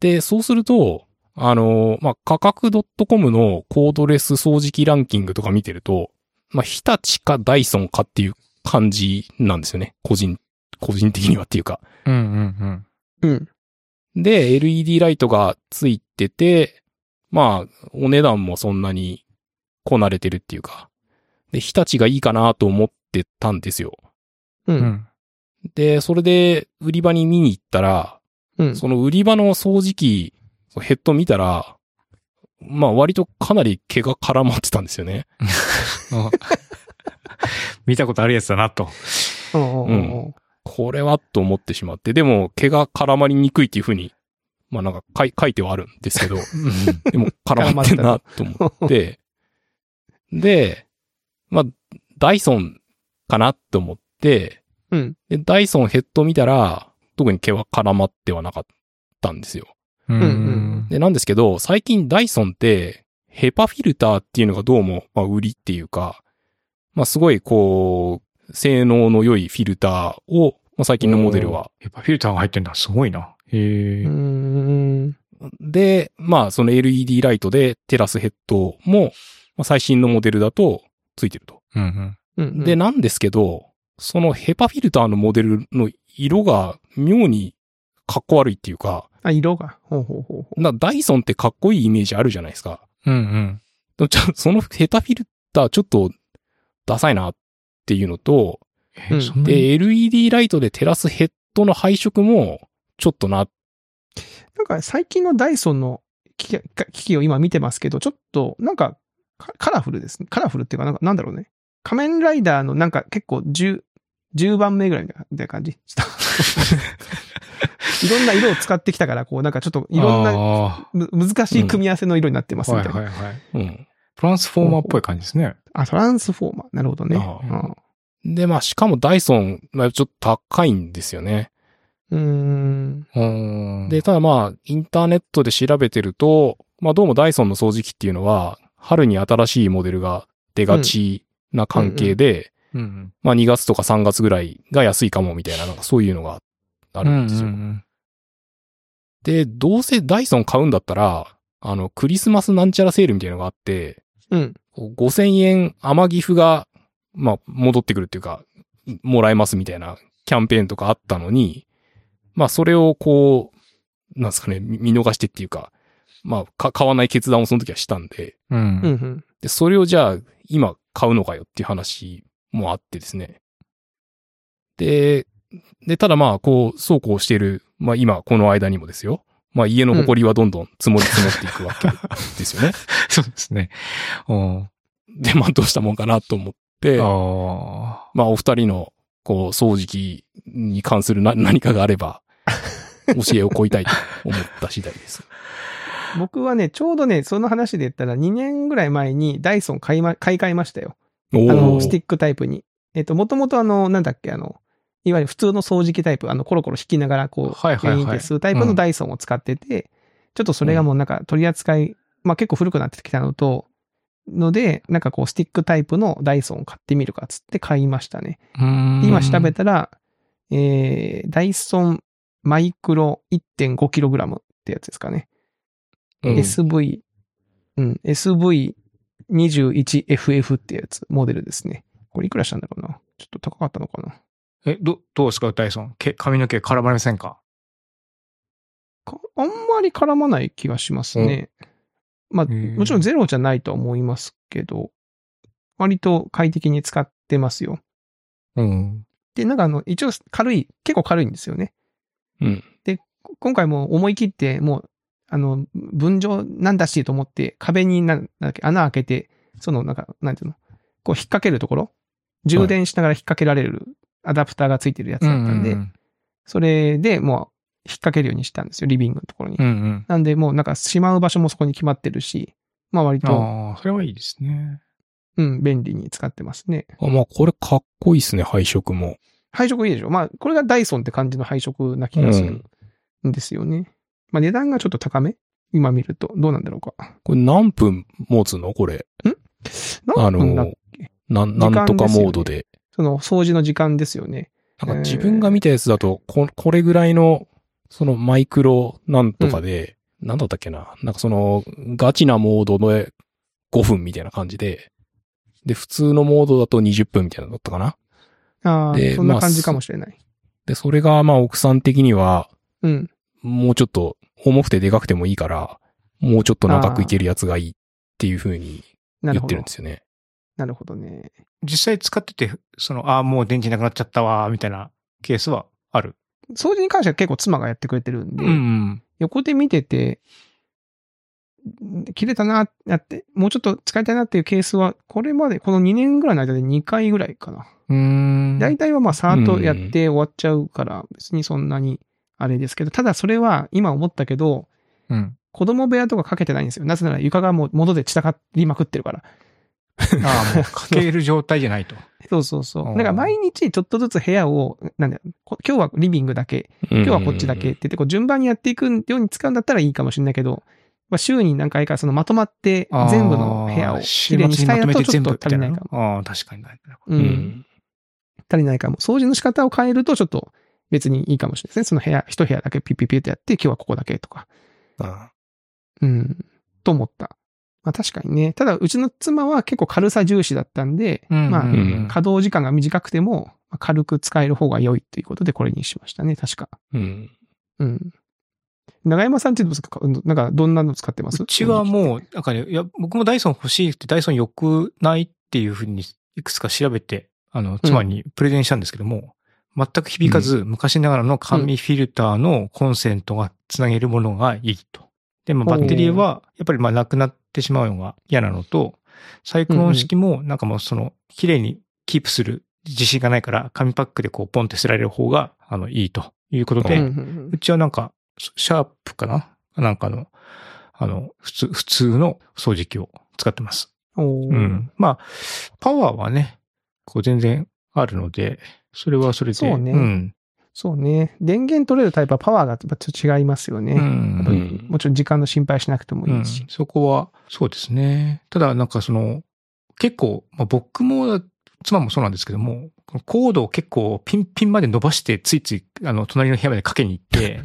Speaker 3: で、そうすると、あの、まあ、価格 .com のコードレス掃除機ランキングとか見てると、まあ、日立かダイソンかっていう感じなんですよね。個人、個人的にはっていうか。
Speaker 1: うんうん
Speaker 2: うん。
Speaker 3: で、LED ライトがついてて、まあ、お値段もそんなにこなれてるっていうか。で、日立がいいかなと思ってたんですよ。
Speaker 2: う。
Speaker 1: うん。うんん。
Speaker 3: で、それで売り場に見に行ったら、
Speaker 2: うん。
Speaker 3: その売り場の掃除機、ヘッド見たら、まあ割とかなり毛が絡まってたんですよね。
Speaker 1: あ見たことあるやつだなと。
Speaker 2: うんうんうんうん
Speaker 3: これはと思ってしまって、でも毛が絡まりにくいっていうふうに、まあなんか書い書いてはあるんですけど、でも絡まってんなと思って、で、まあ、ダイソンかなと思って、
Speaker 2: うん。
Speaker 3: で、ダイソンヘッド見たら、特に毛は絡まってはなかったんですよ。
Speaker 1: うんん。
Speaker 3: で、なんですけど、最近ダイソンって、ヘパフィルターっていうのがどうも、まあ、売りっていうか、まあ、すごい、こう、性能の良いフィルターを、まあ、最近のモデルは。
Speaker 1: やっぱフィルターが入ってんだ。すごいな。へ
Speaker 2: う
Speaker 1: え。
Speaker 2: ん。
Speaker 3: で、まあ、その LED ライトでテラスヘッドも、まあ、最新のモデルだと、ついてると。
Speaker 1: うんうん。
Speaker 2: うん。
Speaker 3: で、なんですけど、そのヘパフィルターのモデルの色が妙にかっこ悪いっていうか、
Speaker 2: あ、色が。ほうほうほうほ
Speaker 3: なダイソンってかっこいいイメージあるじゃないですか。
Speaker 1: うんうん。
Speaker 3: でもちょ そのヘタフィルターちょっとダサいなっていうのと、
Speaker 1: え
Speaker 2: うん
Speaker 1: そんなに
Speaker 3: で、LED ライトで照らすヘッドの配色もちょっとな、
Speaker 2: う。なんか最近のダイソンの機器機器を今見てますけど、ちょっと、なんか、カカラフルですね。カラフルっていうか、なんか、なんだろうね。仮面ライダーのなんか結構10、10番目ぐらいみたいなみたいな感じ。ちょっと いろんな色を使ってきたから、こう、なんかちょっといろんな
Speaker 1: あ
Speaker 2: む難しい組み合わせの色になってま
Speaker 1: ー
Speaker 2: すみ
Speaker 1: は
Speaker 2: た
Speaker 1: い
Speaker 2: いな。
Speaker 1: はいはい。
Speaker 3: うん。
Speaker 1: トランスフォーマーっぽい感じですね。
Speaker 2: あ、トランスフォーマー。なるほどね。
Speaker 3: あ
Speaker 1: ー
Speaker 3: で、まあ、しかもダイソン、まあ、ちょっと高いんですよね。
Speaker 2: うん。うーん。
Speaker 1: うん
Speaker 3: で、、ただまあ、インターネットで調べてると、まあどうもダイソンの掃除機っていうのは、春に新しいモデルが出がちな関係で、
Speaker 1: うん
Speaker 3: まあ2月とか3月ぐらいが安いかもみたいな、なんかそういうのがあ
Speaker 1: あ
Speaker 3: るんですよ。で、どうせダイソン買うんだったら、あの、クリスマスなんちゃらセールみたいなのがあって、
Speaker 2: うん。
Speaker 3: こう5000円甘ギフが、まあ戻ってくるっていうか、もらえますみたいなキャンペーンとかあったのに、まあそれをこう、なんですかね、見見逃してっていうか、まあか買わない決断をその時はしたんで、
Speaker 1: う。
Speaker 2: うんん。
Speaker 3: で、それをじゃあ今買うのかよっていう話もあってですね。で、で、ただまあこう、そうこうしている、まあ今この間にもですよ。まあ家の埃はどんどん積もり積もっていくわけですよね。
Speaker 1: そうですね。おー
Speaker 3: で、まあどうしたもんかなと思って、
Speaker 1: あ
Speaker 3: まあお二人のこう掃除機に 関するな何かがあれば、教えを請いたいと思った次第です。
Speaker 2: 僕はね、ちょうどね、その話で言ったら2年ぐらい前にダイソン買いま、買い替えましたよ。
Speaker 3: お
Speaker 2: あの、
Speaker 3: ー
Speaker 2: スティックタイプに。えっと、もともとあの、なんだっけ、あの、いわゆる普通の掃除機タイプ、あの、コロコロ引きながら、こう、
Speaker 1: はいはいはい
Speaker 2: ピーンって吸うタイプ
Speaker 1: う
Speaker 2: の
Speaker 1: ん
Speaker 2: ダイソンを使ってて、ちょっとそれがもうなんか取り扱い、まあ結構古くなってきたのと、ので、なんかこう、スティックタイプのダイソンを買ってみるかっつって買いましたね。で今
Speaker 1: 今
Speaker 2: 調べたら、えー、ダイソンマイクロ 1.5kg ってやつですかね。
Speaker 3: うん
Speaker 2: SV、うん、SV21FF ってやつ、モデルですね。これいくらしたんだろうな。ちょっと高かったのかな。
Speaker 1: え、ど、どうですか、ダイソン。毛髪の毛絡まりませんか
Speaker 2: かあんまり絡まない気がしますね。まあ、
Speaker 1: うん
Speaker 2: もちろんゼロじゃないとは思いますけど、割と快適に使ってますよ。
Speaker 1: うん。
Speaker 2: で、なんかあの、一応軽い、結構軽いんですよね。
Speaker 3: うん
Speaker 2: で、こ今回も思い切って、もう、あの、分譲なんだしと思って、壁にな、なんだっけ、穴開けて、その、なんか、なんていうの、こう引っ掛けるところ、充電しながら引っ掛けられるアダプターがついてるやつだったんで、
Speaker 1: うん
Speaker 2: それでもう引っ掛けるようにしたんですよ、リビングのところに。
Speaker 1: うんうん。
Speaker 2: なんで、もうなんかしまう場所もそこに決まってるし、まあ割と、
Speaker 1: ああ、それはいいですね。
Speaker 2: うん、便利に使ってますね。
Speaker 3: あまあ、これかっこいいですね、配色も。
Speaker 2: 配色いいでしょまあ、これがダイソンって感じの配色な気がするんですよね。まあ、値段がちょっと高め今見ると、どうなんだろうか。
Speaker 3: これ何分持つのこれ。あ
Speaker 2: 何分だ
Speaker 3: の、なん、なんとかモードで。
Speaker 2: その掃除の時間ですよね。
Speaker 3: なんか自分が見たやつだと、こ、これぐらいの、そのマイクロなんとかで、なんだったっけな。なんかその、ガチなモードで5分みたいな感じで、で、普通のモードだと20分みたいなのだったかな。
Speaker 2: ああ、
Speaker 3: で
Speaker 2: そんな感じかもしれない。
Speaker 3: で、それが、まあ、奥さん的には、
Speaker 2: うん。
Speaker 3: もうちょっと、重くてでかくてもいいから、もうちょっと長くいけるやつがいいっていう風に
Speaker 2: なる
Speaker 3: 言っ
Speaker 2: ほ
Speaker 3: て
Speaker 2: ど
Speaker 3: るんで。すよね。
Speaker 2: なるほどね。
Speaker 1: 実際使ってて、その、ああ、もう電池なくなっちゃったわー、みたいなケースはある。
Speaker 2: 掃除に関しては結構妻がやってくれてるんで、
Speaker 1: うん。
Speaker 2: 横で見てて、切れたな、やって、もうちょっと使いたいなっていうケースは、これまで、この2年ぐらいの間で2回ぐらいかな。
Speaker 1: うん
Speaker 2: 大体はまあさーっとやって終わっちゃうから、別にそんなにあれですけど、ただそれは今思ったけど、
Speaker 1: うん。
Speaker 2: 子供部屋とかかけてないんですよ。なぜなら床がもう元で散らかりまくってるから。
Speaker 1: ああ、もうかける状態じゃないと。
Speaker 2: そうそうそう。
Speaker 1: う
Speaker 2: だ
Speaker 1: ん
Speaker 2: から毎日ちょっとずつ部屋を、なんだよこ今日はリビングだけ、
Speaker 3: 今
Speaker 2: 今日はこっちだけって言って、こう順番にやっていくように使うんだったらいいかもしれないけど、まあ、週に何回かそのまとまって
Speaker 1: あー
Speaker 2: 全部の部屋をきれいにしたいなとちょっと足りないかも。。
Speaker 1: ああー、確かにない。
Speaker 2: う。
Speaker 3: うんん。
Speaker 2: 足りないかも。掃除の仕方を変えるとちょっと別にいいかもしれないですね。その部屋、一部屋だけピッピッピッとやって、今日はここだけとか。
Speaker 3: あ
Speaker 2: うん。と思った。まあ確かにね。ただ、うちの妻は結構軽さ重視だったんで、
Speaker 1: うん
Speaker 2: まあ
Speaker 1: う、ん
Speaker 2: 稼働時間が短くても、まあ軽く使える方が良いということで、これにしましたね。確か。
Speaker 3: うん。
Speaker 2: うん。長山さんちどうですかうんなんか、どんなの使ってます
Speaker 1: うちはもう、なんかね、いや、僕もダイソン欲しいって、ダイソン良くないっていうふうに、いくつか調べて、あの、妻にプレゼンしたんですけども、全く響かず、昔ながらの紙フィルターのコンセントがつなげるものがいいと。で、まあ、バッテリーは、やっぱりまあ、なくなってしまうのが嫌なのと、サイクロン式も、なんかもうその、綺麗にキープする自信がないから、紙パックでこう、ポンって捨てられる方が、あの、いいということ
Speaker 2: う
Speaker 1: で、
Speaker 2: んうんうん
Speaker 1: うちはなんか、シャープかななんかの、あの、普通、普通の掃除機を使ってます。
Speaker 2: お
Speaker 1: う
Speaker 2: ー
Speaker 1: ん。まあ、パワーはね、こう全然あるので、それはそれで。
Speaker 2: そうね
Speaker 1: ん。
Speaker 2: そうね。電源取れるタイプはパワーがやっぱちょっと違いますよね。
Speaker 1: うん
Speaker 3: う。ん。
Speaker 2: もちろん時間の心配しなくても
Speaker 1: う
Speaker 2: い
Speaker 1: ん
Speaker 2: いし。
Speaker 1: そこは、そうですね。ただ、なんかその、結構、まあ、僕も、妻もそうなんですけども、このコードを結構ピンピンまで伸ばして、ついつい、あの、隣の部屋までかけに行 って、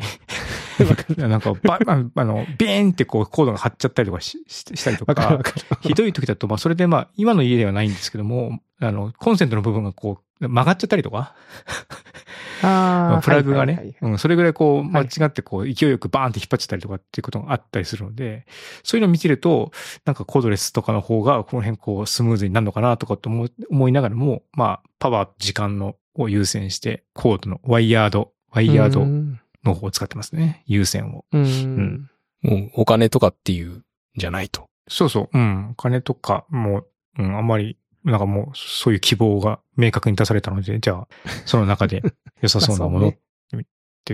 Speaker 1: なんか、ば、あの、ビーンってこう、コードが張っちゃったりとかしししたりと
Speaker 2: わ、かるわ
Speaker 1: か、
Speaker 2: かる。
Speaker 1: ひどい時だと、まあ、それでまあ、今の家ではないんですけども、あの、コンセントの部分がこう、曲がっちゃったりとか、
Speaker 2: あー
Speaker 1: プラグが
Speaker 2: はいはい
Speaker 1: ね、
Speaker 2: はい
Speaker 1: うん、それぐらいこう、間
Speaker 2: はい
Speaker 1: 違ってこう、勢いよくバーンって引っ張っちゃったりとかっていうことがあったりするので、そういうのを見てると、なんかコードレスとかの方が、この辺こう、スムーズになるのかなとかと思い思いながらも、まあ、パワー、時間のを優先して、コードのワイヤード、ワイヤー
Speaker 2: う
Speaker 1: ド
Speaker 2: ん
Speaker 1: の方を使ってますね、優先を。
Speaker 2: うん
Speaker 1: ん
Speaker 3: もうお金とかっていうんじゃないと。
Speaker 1: そうそう。うん。お金とかも、うん、あんまり、なんかもう、そういう希望が明確に出されたので、じゃあ、その中で良さそうな ものって言っ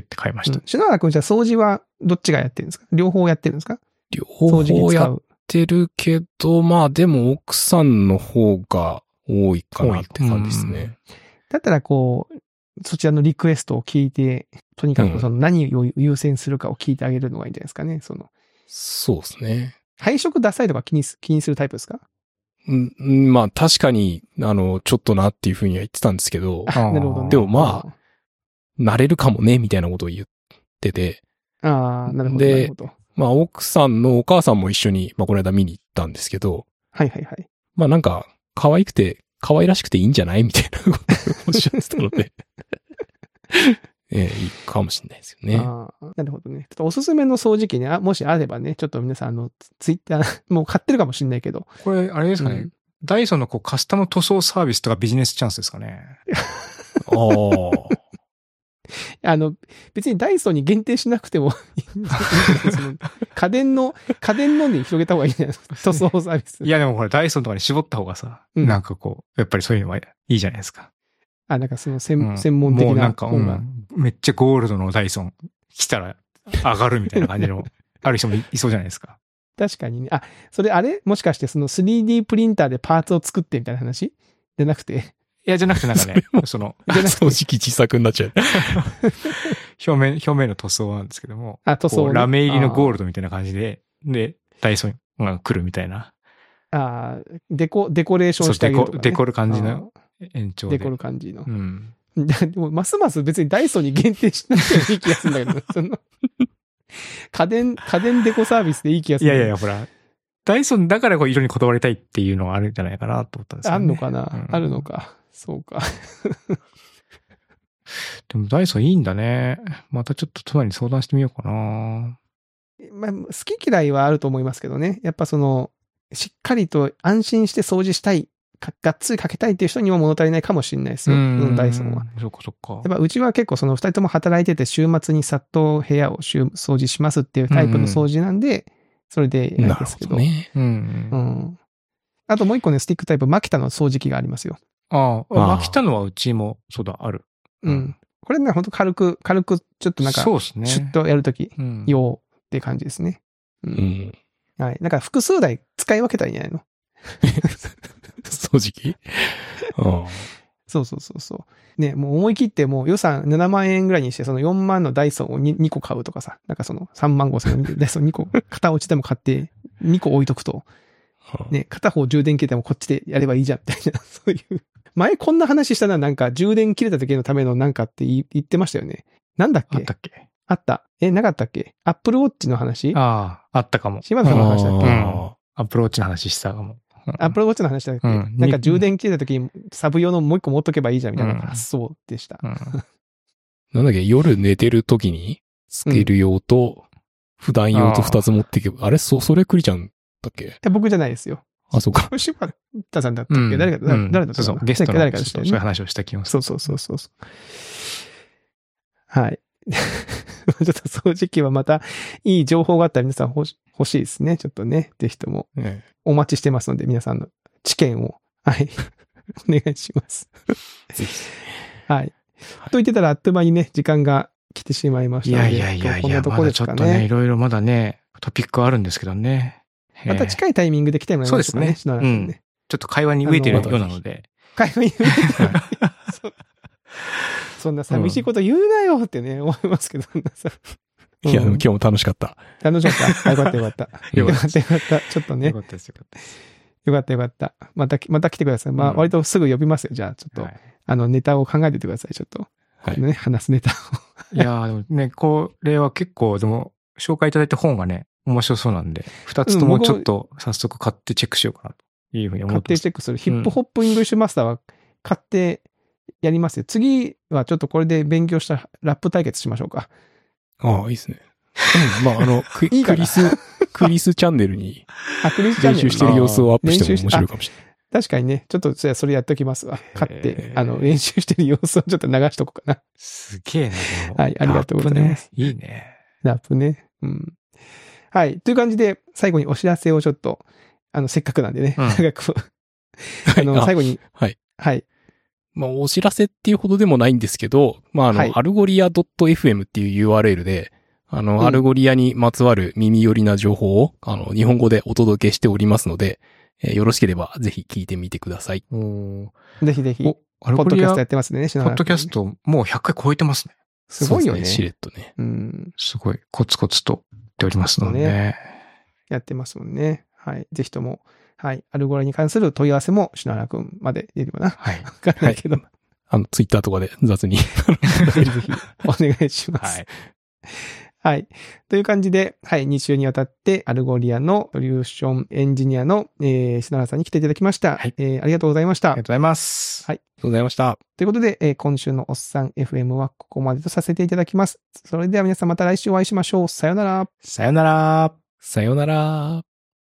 Speaker 1: て買いました。
Speaker 2: 篠原くんじゃあ掃除はどっちがやってるんですか両方やってるんですか
Speaker 3: 両
Speaker 2: 掃除機
Speaker 3: 方や
Speaker 2: 使
Speaker 3: っ
Speaker 2: う。
Speaker 3: てるけど、まあでも奥さんの方が多いかなって感じですね。
Speaker 2: だったらこう、そちらのリクエストを聞いて、とにか
Speaker 3: う
Speaker 2: く
Speaker 3: ん
Speaker 2: その何を優先するかを聞いてあげるのがいいんじゃないですかね。その、
Speaker 3: そうですね。
Speaker 2: 配色ダサいとか気にす気にするタイプですか
Speaker 3: うんうん、まあ確かに、あの、ちょっとなっていうふうには言ってたんです けど、
Speaker 1: あー
Speaker 2: なるほどね。
Speaker 3: でもま慣れるかもね、みたいなことを言ってて、
Speaker 2: あ。ああ、なるほど。
Speaker 3: で
Speaker 2: なるほど。
Speaker 3: まあ奥さんのお母さんも一緒に、まあこの間見に行ったんですけど、
Speaker 2: はいはいはい。
Speaker 3: まあなんか、可愛くて、可愛らしくていいんじゃないみたい なことをおっしゃってたので、ええいいかもしれないですよね。
Speaker 2: ああ、なるほどね。ちょっとおすすめの掃除機ね、あもしあればね、ちょっと皆さん、あの、ツイッター、 もう買ってるかもしれないけど。
Speaker 1: これ、あれですかね、
Speaker 2: うん
Speaker 1: ダイソンのこうカスタム塗装サービスとかビジネスチャンスですかね。
Speaker 3: ああ。
Speaker 2: あの、別にダイソーに限定しなくてもいいんだけ ど、その家電の、家電のに広げた方がいいんじゃないですか。塗装サービス。
Speaker 1: いや、でもこれダイソンとかに絞った方がさ、
Speaker 2: うん
Speaker 1: なんかこう、やっぱりそういうのはいいじゃないですか。
Speaker 2: あ、なんかその専,、
Speaker 1: うん
Speaker 2: 専門的
Speaker 1: もうな
Speaker 2: なん
Speaker 1: か、
Speaker 2: 方
Speaker 1: う
Speaker 2: が。
Speaker 1: ん、めっちゃゴールドのダイソン来たら上がるみたいな感じ の、ある人もいいそうじゃないですか。
Speaker 2: 確かにね。あ、それあれもしかしてその 3D プリンターでパーツを作ってみたいな話じゃなくて。
Speaker 1: いや、じゃなくて なんかね、その、
Speaker 2: じゃなくて
Speaker 3: 掃除機自作になっちゃう。
Speaker 1: 表面、表面の塗装なんですけども、
Speaker 2: あ、塗装
Speaker 1: こ
Speaker 2: ね、
Speaker 1: うラメ入りのゴー
Speaker 2: ル
Speaker 1: ルドみたいな感じで、で、ダイソンが来るみたいな、
Speaker 2: ド。あーデコ、デコレーショ
Speaker 1: そう
Speaker 2: ンしてあ
Speaker 1: デ
Speaker 2: げる
Speaker 1: コ
Speaker 2: とか、ね。
Speaker 1: デコる感じ
Speaker 2: あー
Speaker 1: の延長で。
Speaker 2: デコる感じの
Speaker 1: う。ん。
Speaker 2: だでも、ますます別にダイソーに限定しなくてもいい気がするんだけど、その、家電、家電デコサービスでいい気がす
Speaker 1: い
Speaker 2: る。
Speaker 1: やいやいや、ほら、ダイソンだからこう色にこだわりたいっていうのがあるんじゃないかなと思ったんですよ、ね。
Speaker 2: あんのかな、
Speaker 1: うん
Speaker 2: あるのか。 そうか。
Speaker 1: でもダイソンいいんだね。またちょっと都内に相談してみようかな。
Speaker 2: まあ、好き嫌いはあると思いますけどね。やっぱその、しっかりと安心して掃除したい、かがっつりかけたいっていう人には物足りないかもしれないですよ。うんダイソンは。。
Speaker 1: そっかそっか
Speaker 2: やっ。ぱうちは結構その二人とも働いてて週末にさっと部屋をしゅ掃除しますっていうタイプの掃除なんで、それでやるん
Speaker 3: な
Speaker 2: で
Speaker 3: る
Speaker 2: す
Speaker 3: ほ
Speaker 2: け
Speaker 3: ど
Speaker 2: ど。
Speaker 3: ね。
Speaker 1: うん、う。
Speaker 2: うんん。あともう一個ね、スティックタイプ、マキタの掃除機がありますよ。
Speaker 1: ああ、
Speaker 3: ああ
Speaker 1: まあ、来たのはうちも、そうだ、ある。
Speaker 2: うん。これね、ほんと軽く、軽く、ちょっとなんか、
Speaker 1: そうですね。
Speaker 2: シュッとやるとき、
Speaker 1: うん、
Speaker 2: 用って感じですね。う。
Speaker 3: うんん。
Speaker 2: はい。なんか複数台使い分けたらいいんじゃないの
Speaker 3: 掃除機あ
Speaker 2: そうそうそうそう。ね、もう思い切ってもう予算7万円ぐらいにして、その4万のダイソンを 2, 個買うとかさ、なんかその3万5千円のダイソン2個、片 落ちでも買って、2個置いとくと、
Speaker 3: あ。
Speaker 2: ね、片方充電切れてもこっちでやればいいじゃん、みたいな、 そういう。前こんな話したな、なんか充電切れた時のためのなんかって言い言ってましたよね。なんだっ
Speaker 1: あ
Speaker 2: け
Speaker 1: ったっけ
Speaker 2: あった。え、なかったっけアップルウォッチの話
Speaker 1: ああ、あったかも。
Speaker 2: 島津さんの話だっけ
Speaker 3: あ
Speaker 1: アプローチの話したかも。
Speaker 2: アップルウォッチの話だっけ、
Speaker 1: うん
Speaker 2: なんか充電切れた時にサブ用のもう一個持っとけばいいじゃんみたいな
Speaker 1: うん
Speaker 2: 発想でした。
Speaker 1: うん
Speaker 3: なんだっけ、夜寝てる時につける用と、普段用と二つ持っていけば、あれ、そ、それクリちゃんだっけ
Speaker 2: え僕じゃないですよ。
Speaker 3: あ、そうか。
Speaker 2: 柴田さんだったっ
Speaker 1: う
Speaker 2: け、
Speaker 1: ん。
Speaker 2: 誰か、
Speaker 1: う
Speaker 2: 誰
Speaker 1: ん
Speaker 2: 誰だった
Speaker 1: そう
Speaker 2: か
Speaker 1: そう、
Speaker 2: な
Speaker 1: ゲストの
Speaker 2: 誰かでしたよ
Speaker 1: そういう
Speaker 2: ね。
Speaker 1: 話をした気がす
Speaker 2: そ
Speaker 1: る。
Speaker 2: うそうそうそうそう。はい。 ちょっと掃除機はまたいい情報があったら皆さん欲し欲しいですね。ちょっとね、ぜひとも
Speaker 3: え
Speaker 2: お待ちしてますので、皆さんの知見を、はい、 お願いします。
Speaker 3: えぜひ。
Speaker 2: はい。と言ってたらあっという間にね、時間が来てしまいまし
Speaker 1: い
Speaker 2: た
Speaker 1: や
Speaker 2: ので。
Speaker 1: いやいや
Speaker 2: 今日
Speaker 1: い
Speaker 2: こんな
Speaker 1: や、
Speaker 2: と
Speaker 1: ま
Speaker 2: こ
Speaker 1: だ
Speaker 2: で
Speaker 1: ち
Speaker 2: す
Speaker 1: ょ
Speaker 2: か
Speaker 1: っとね、い
Speaker 2: ね。
Speaker 1: ろいろまだね、トピックはあるんですけどね。
Speaker 2: また
Speaker 1: い。
Speaker 2: 近いタイミングで来てもらいましょうかね。
Speaker 1: そうですね
Speaker 2: 篠原君ね。
Speaker 1: ちょっと会話に飢えてるようなので。
Speaker 2: 会話に向けて そそんな寂しいこと言うなよってね、思いますけど、そんなさ。
Speaker 3: いや、でも今
Speaker 2: 日。
Speaker 3: 日も楽しかった。
Speaker 2: 楽しかった。あよかったよかった。
Speaker 1: よ
Speaker 2: よ
Speaker 1: か
Speaker 2: か
Speaker 1: った
Speaker 2: ったよかった。ちょっとね
Speaker 1: よか。ったですよかったです。
Speaker 2: よかったよかった。また、また来てください。まあ、
Speaker 1: うん
Speaker 2: 割とすぐ呼びますよ。じゃあ、ちょっと、
Speaker 1: はい
Speaker 2: あの、ネタを考えててください。ちょっと。
Speaker 3: はい
Speaker 2: ね、話すネタを。
Speaker 1: いやーでもね、これは結構、でも、紹介いただいた本がね、面白そうなんで、二つと
Speaker 2: う
Speaker 1: も
Speaker 2: ん僕も
Speaker 1: ちょっと早速買ってチェックしようかなというふうに思
Speaker 2: 買
Speaker 1: っ
Speaker 2: って
Speaker 1: ま
Speaker 2: て
Speaker 1: す。
Speaker 2: チェックする。ヒップホップイングリッシュマスターは買ってやりますよ。次はちょっとこれで勉強したラップ対決しましょうか。
Speaker 3: ああ、いいですね。うん、まあ、あの、ク
Speaker 2: いいか
Speaker 3: ク
Speaker 2: な
Speaker 3: リス、クリスチャンネルに
Speaker 2: あ、クリスチャン
Speaker 3: 練
Speaker 2: ネル
Speaker 3: 習してる様子をアップしても面白いかもしれない。
Speaker 2: 確かにね、ちょっとそれそれやっておきますわ。買っ
Speaker 1: へ
Speaker 2: て、
Speaker 1: ー
Speaker 2: あの、練習してる様子をちょっと流しとこうかな。
Speaker 1: すげえな、この
Speaker 2: はいありがとうございます。
Speaker 1: ラップねいいね。
Speaker 2: ラップね。うん。はい。という感じで、最後にお知らせをちょっと、あの、せっかくなんでね、
Speaker 1: うん
Speaker 2: 長く、あ
Speaker 3: はい
Speaker 2: の、
Speaker 3: あ
Speaker 2: 最後に、
Speaker 3: はい。
Speaker 2: はい。
Speaker 3: まあ、お知らせっていうほどでもないんですけど、まあ、あの、
Speaker 2: はい
Speaker 3: アルゴリア .fm っていう URL で、あ
Speaker 2: うん
Speaker 3: の、アルゴリアにまつわる耳寄りな情報を、あの、日本語でお届けしておりますので、えーよろしければぜひ聞いてみてください。
Speaker 1: お
Speaker 2: ぜひぜひ。
Speaker 1: お、アル
Speaker 2: ポ
Speaker 1: ゴ
Speaker 2: ッドキ
Speaker 1: リ
Speaker 2: ャ
Speaker 1: ア、
Speaker 2: ストや
Speaker 1: ポ
Speaker 2: ってますんでね、篠原
Speaker 1: ッドキャス
Speaker 2: 君ね。
Speaker 1: トもう100回超えてますね。
Speaker 2: すごいよね
Speaker 3: そうですしれっとね。
Speaker 2: うん。
Speaker 1: すごい、コツコツと言っておりますので、ね。
Speaker 2: やってますもんね。はい。ぜひとも、はい。アルゴリアに関する問い合わせも篠原くんまで出るかな。
Speaker 1: はい。
Speaker 2: わかんないけど、
Speaker 3: あの、ツイッターとかで雑 に。
Speaker 2: ぜひぜひ お願いします。
Speaker 1: はい。
Speaker 2: はい。という感じで、はい。2週にわたって、アルゴリアのソリューションエンジニアの、えー、篠原さんに来ていただきました。
Speaker 1: はい
Speaker 2: えーありがとうございました
Speaker 1: ありがとう。ございます。
Speaker 2: はい
Speaker 3: ございました。
Speaker 2: ということで、えー今週のおっさん FM はここまでとさせていただきます。それでは皆さんまた来週お会いしましょう。さようなら。
Speaker 1: さよなら。
Speaker 3: さようなら。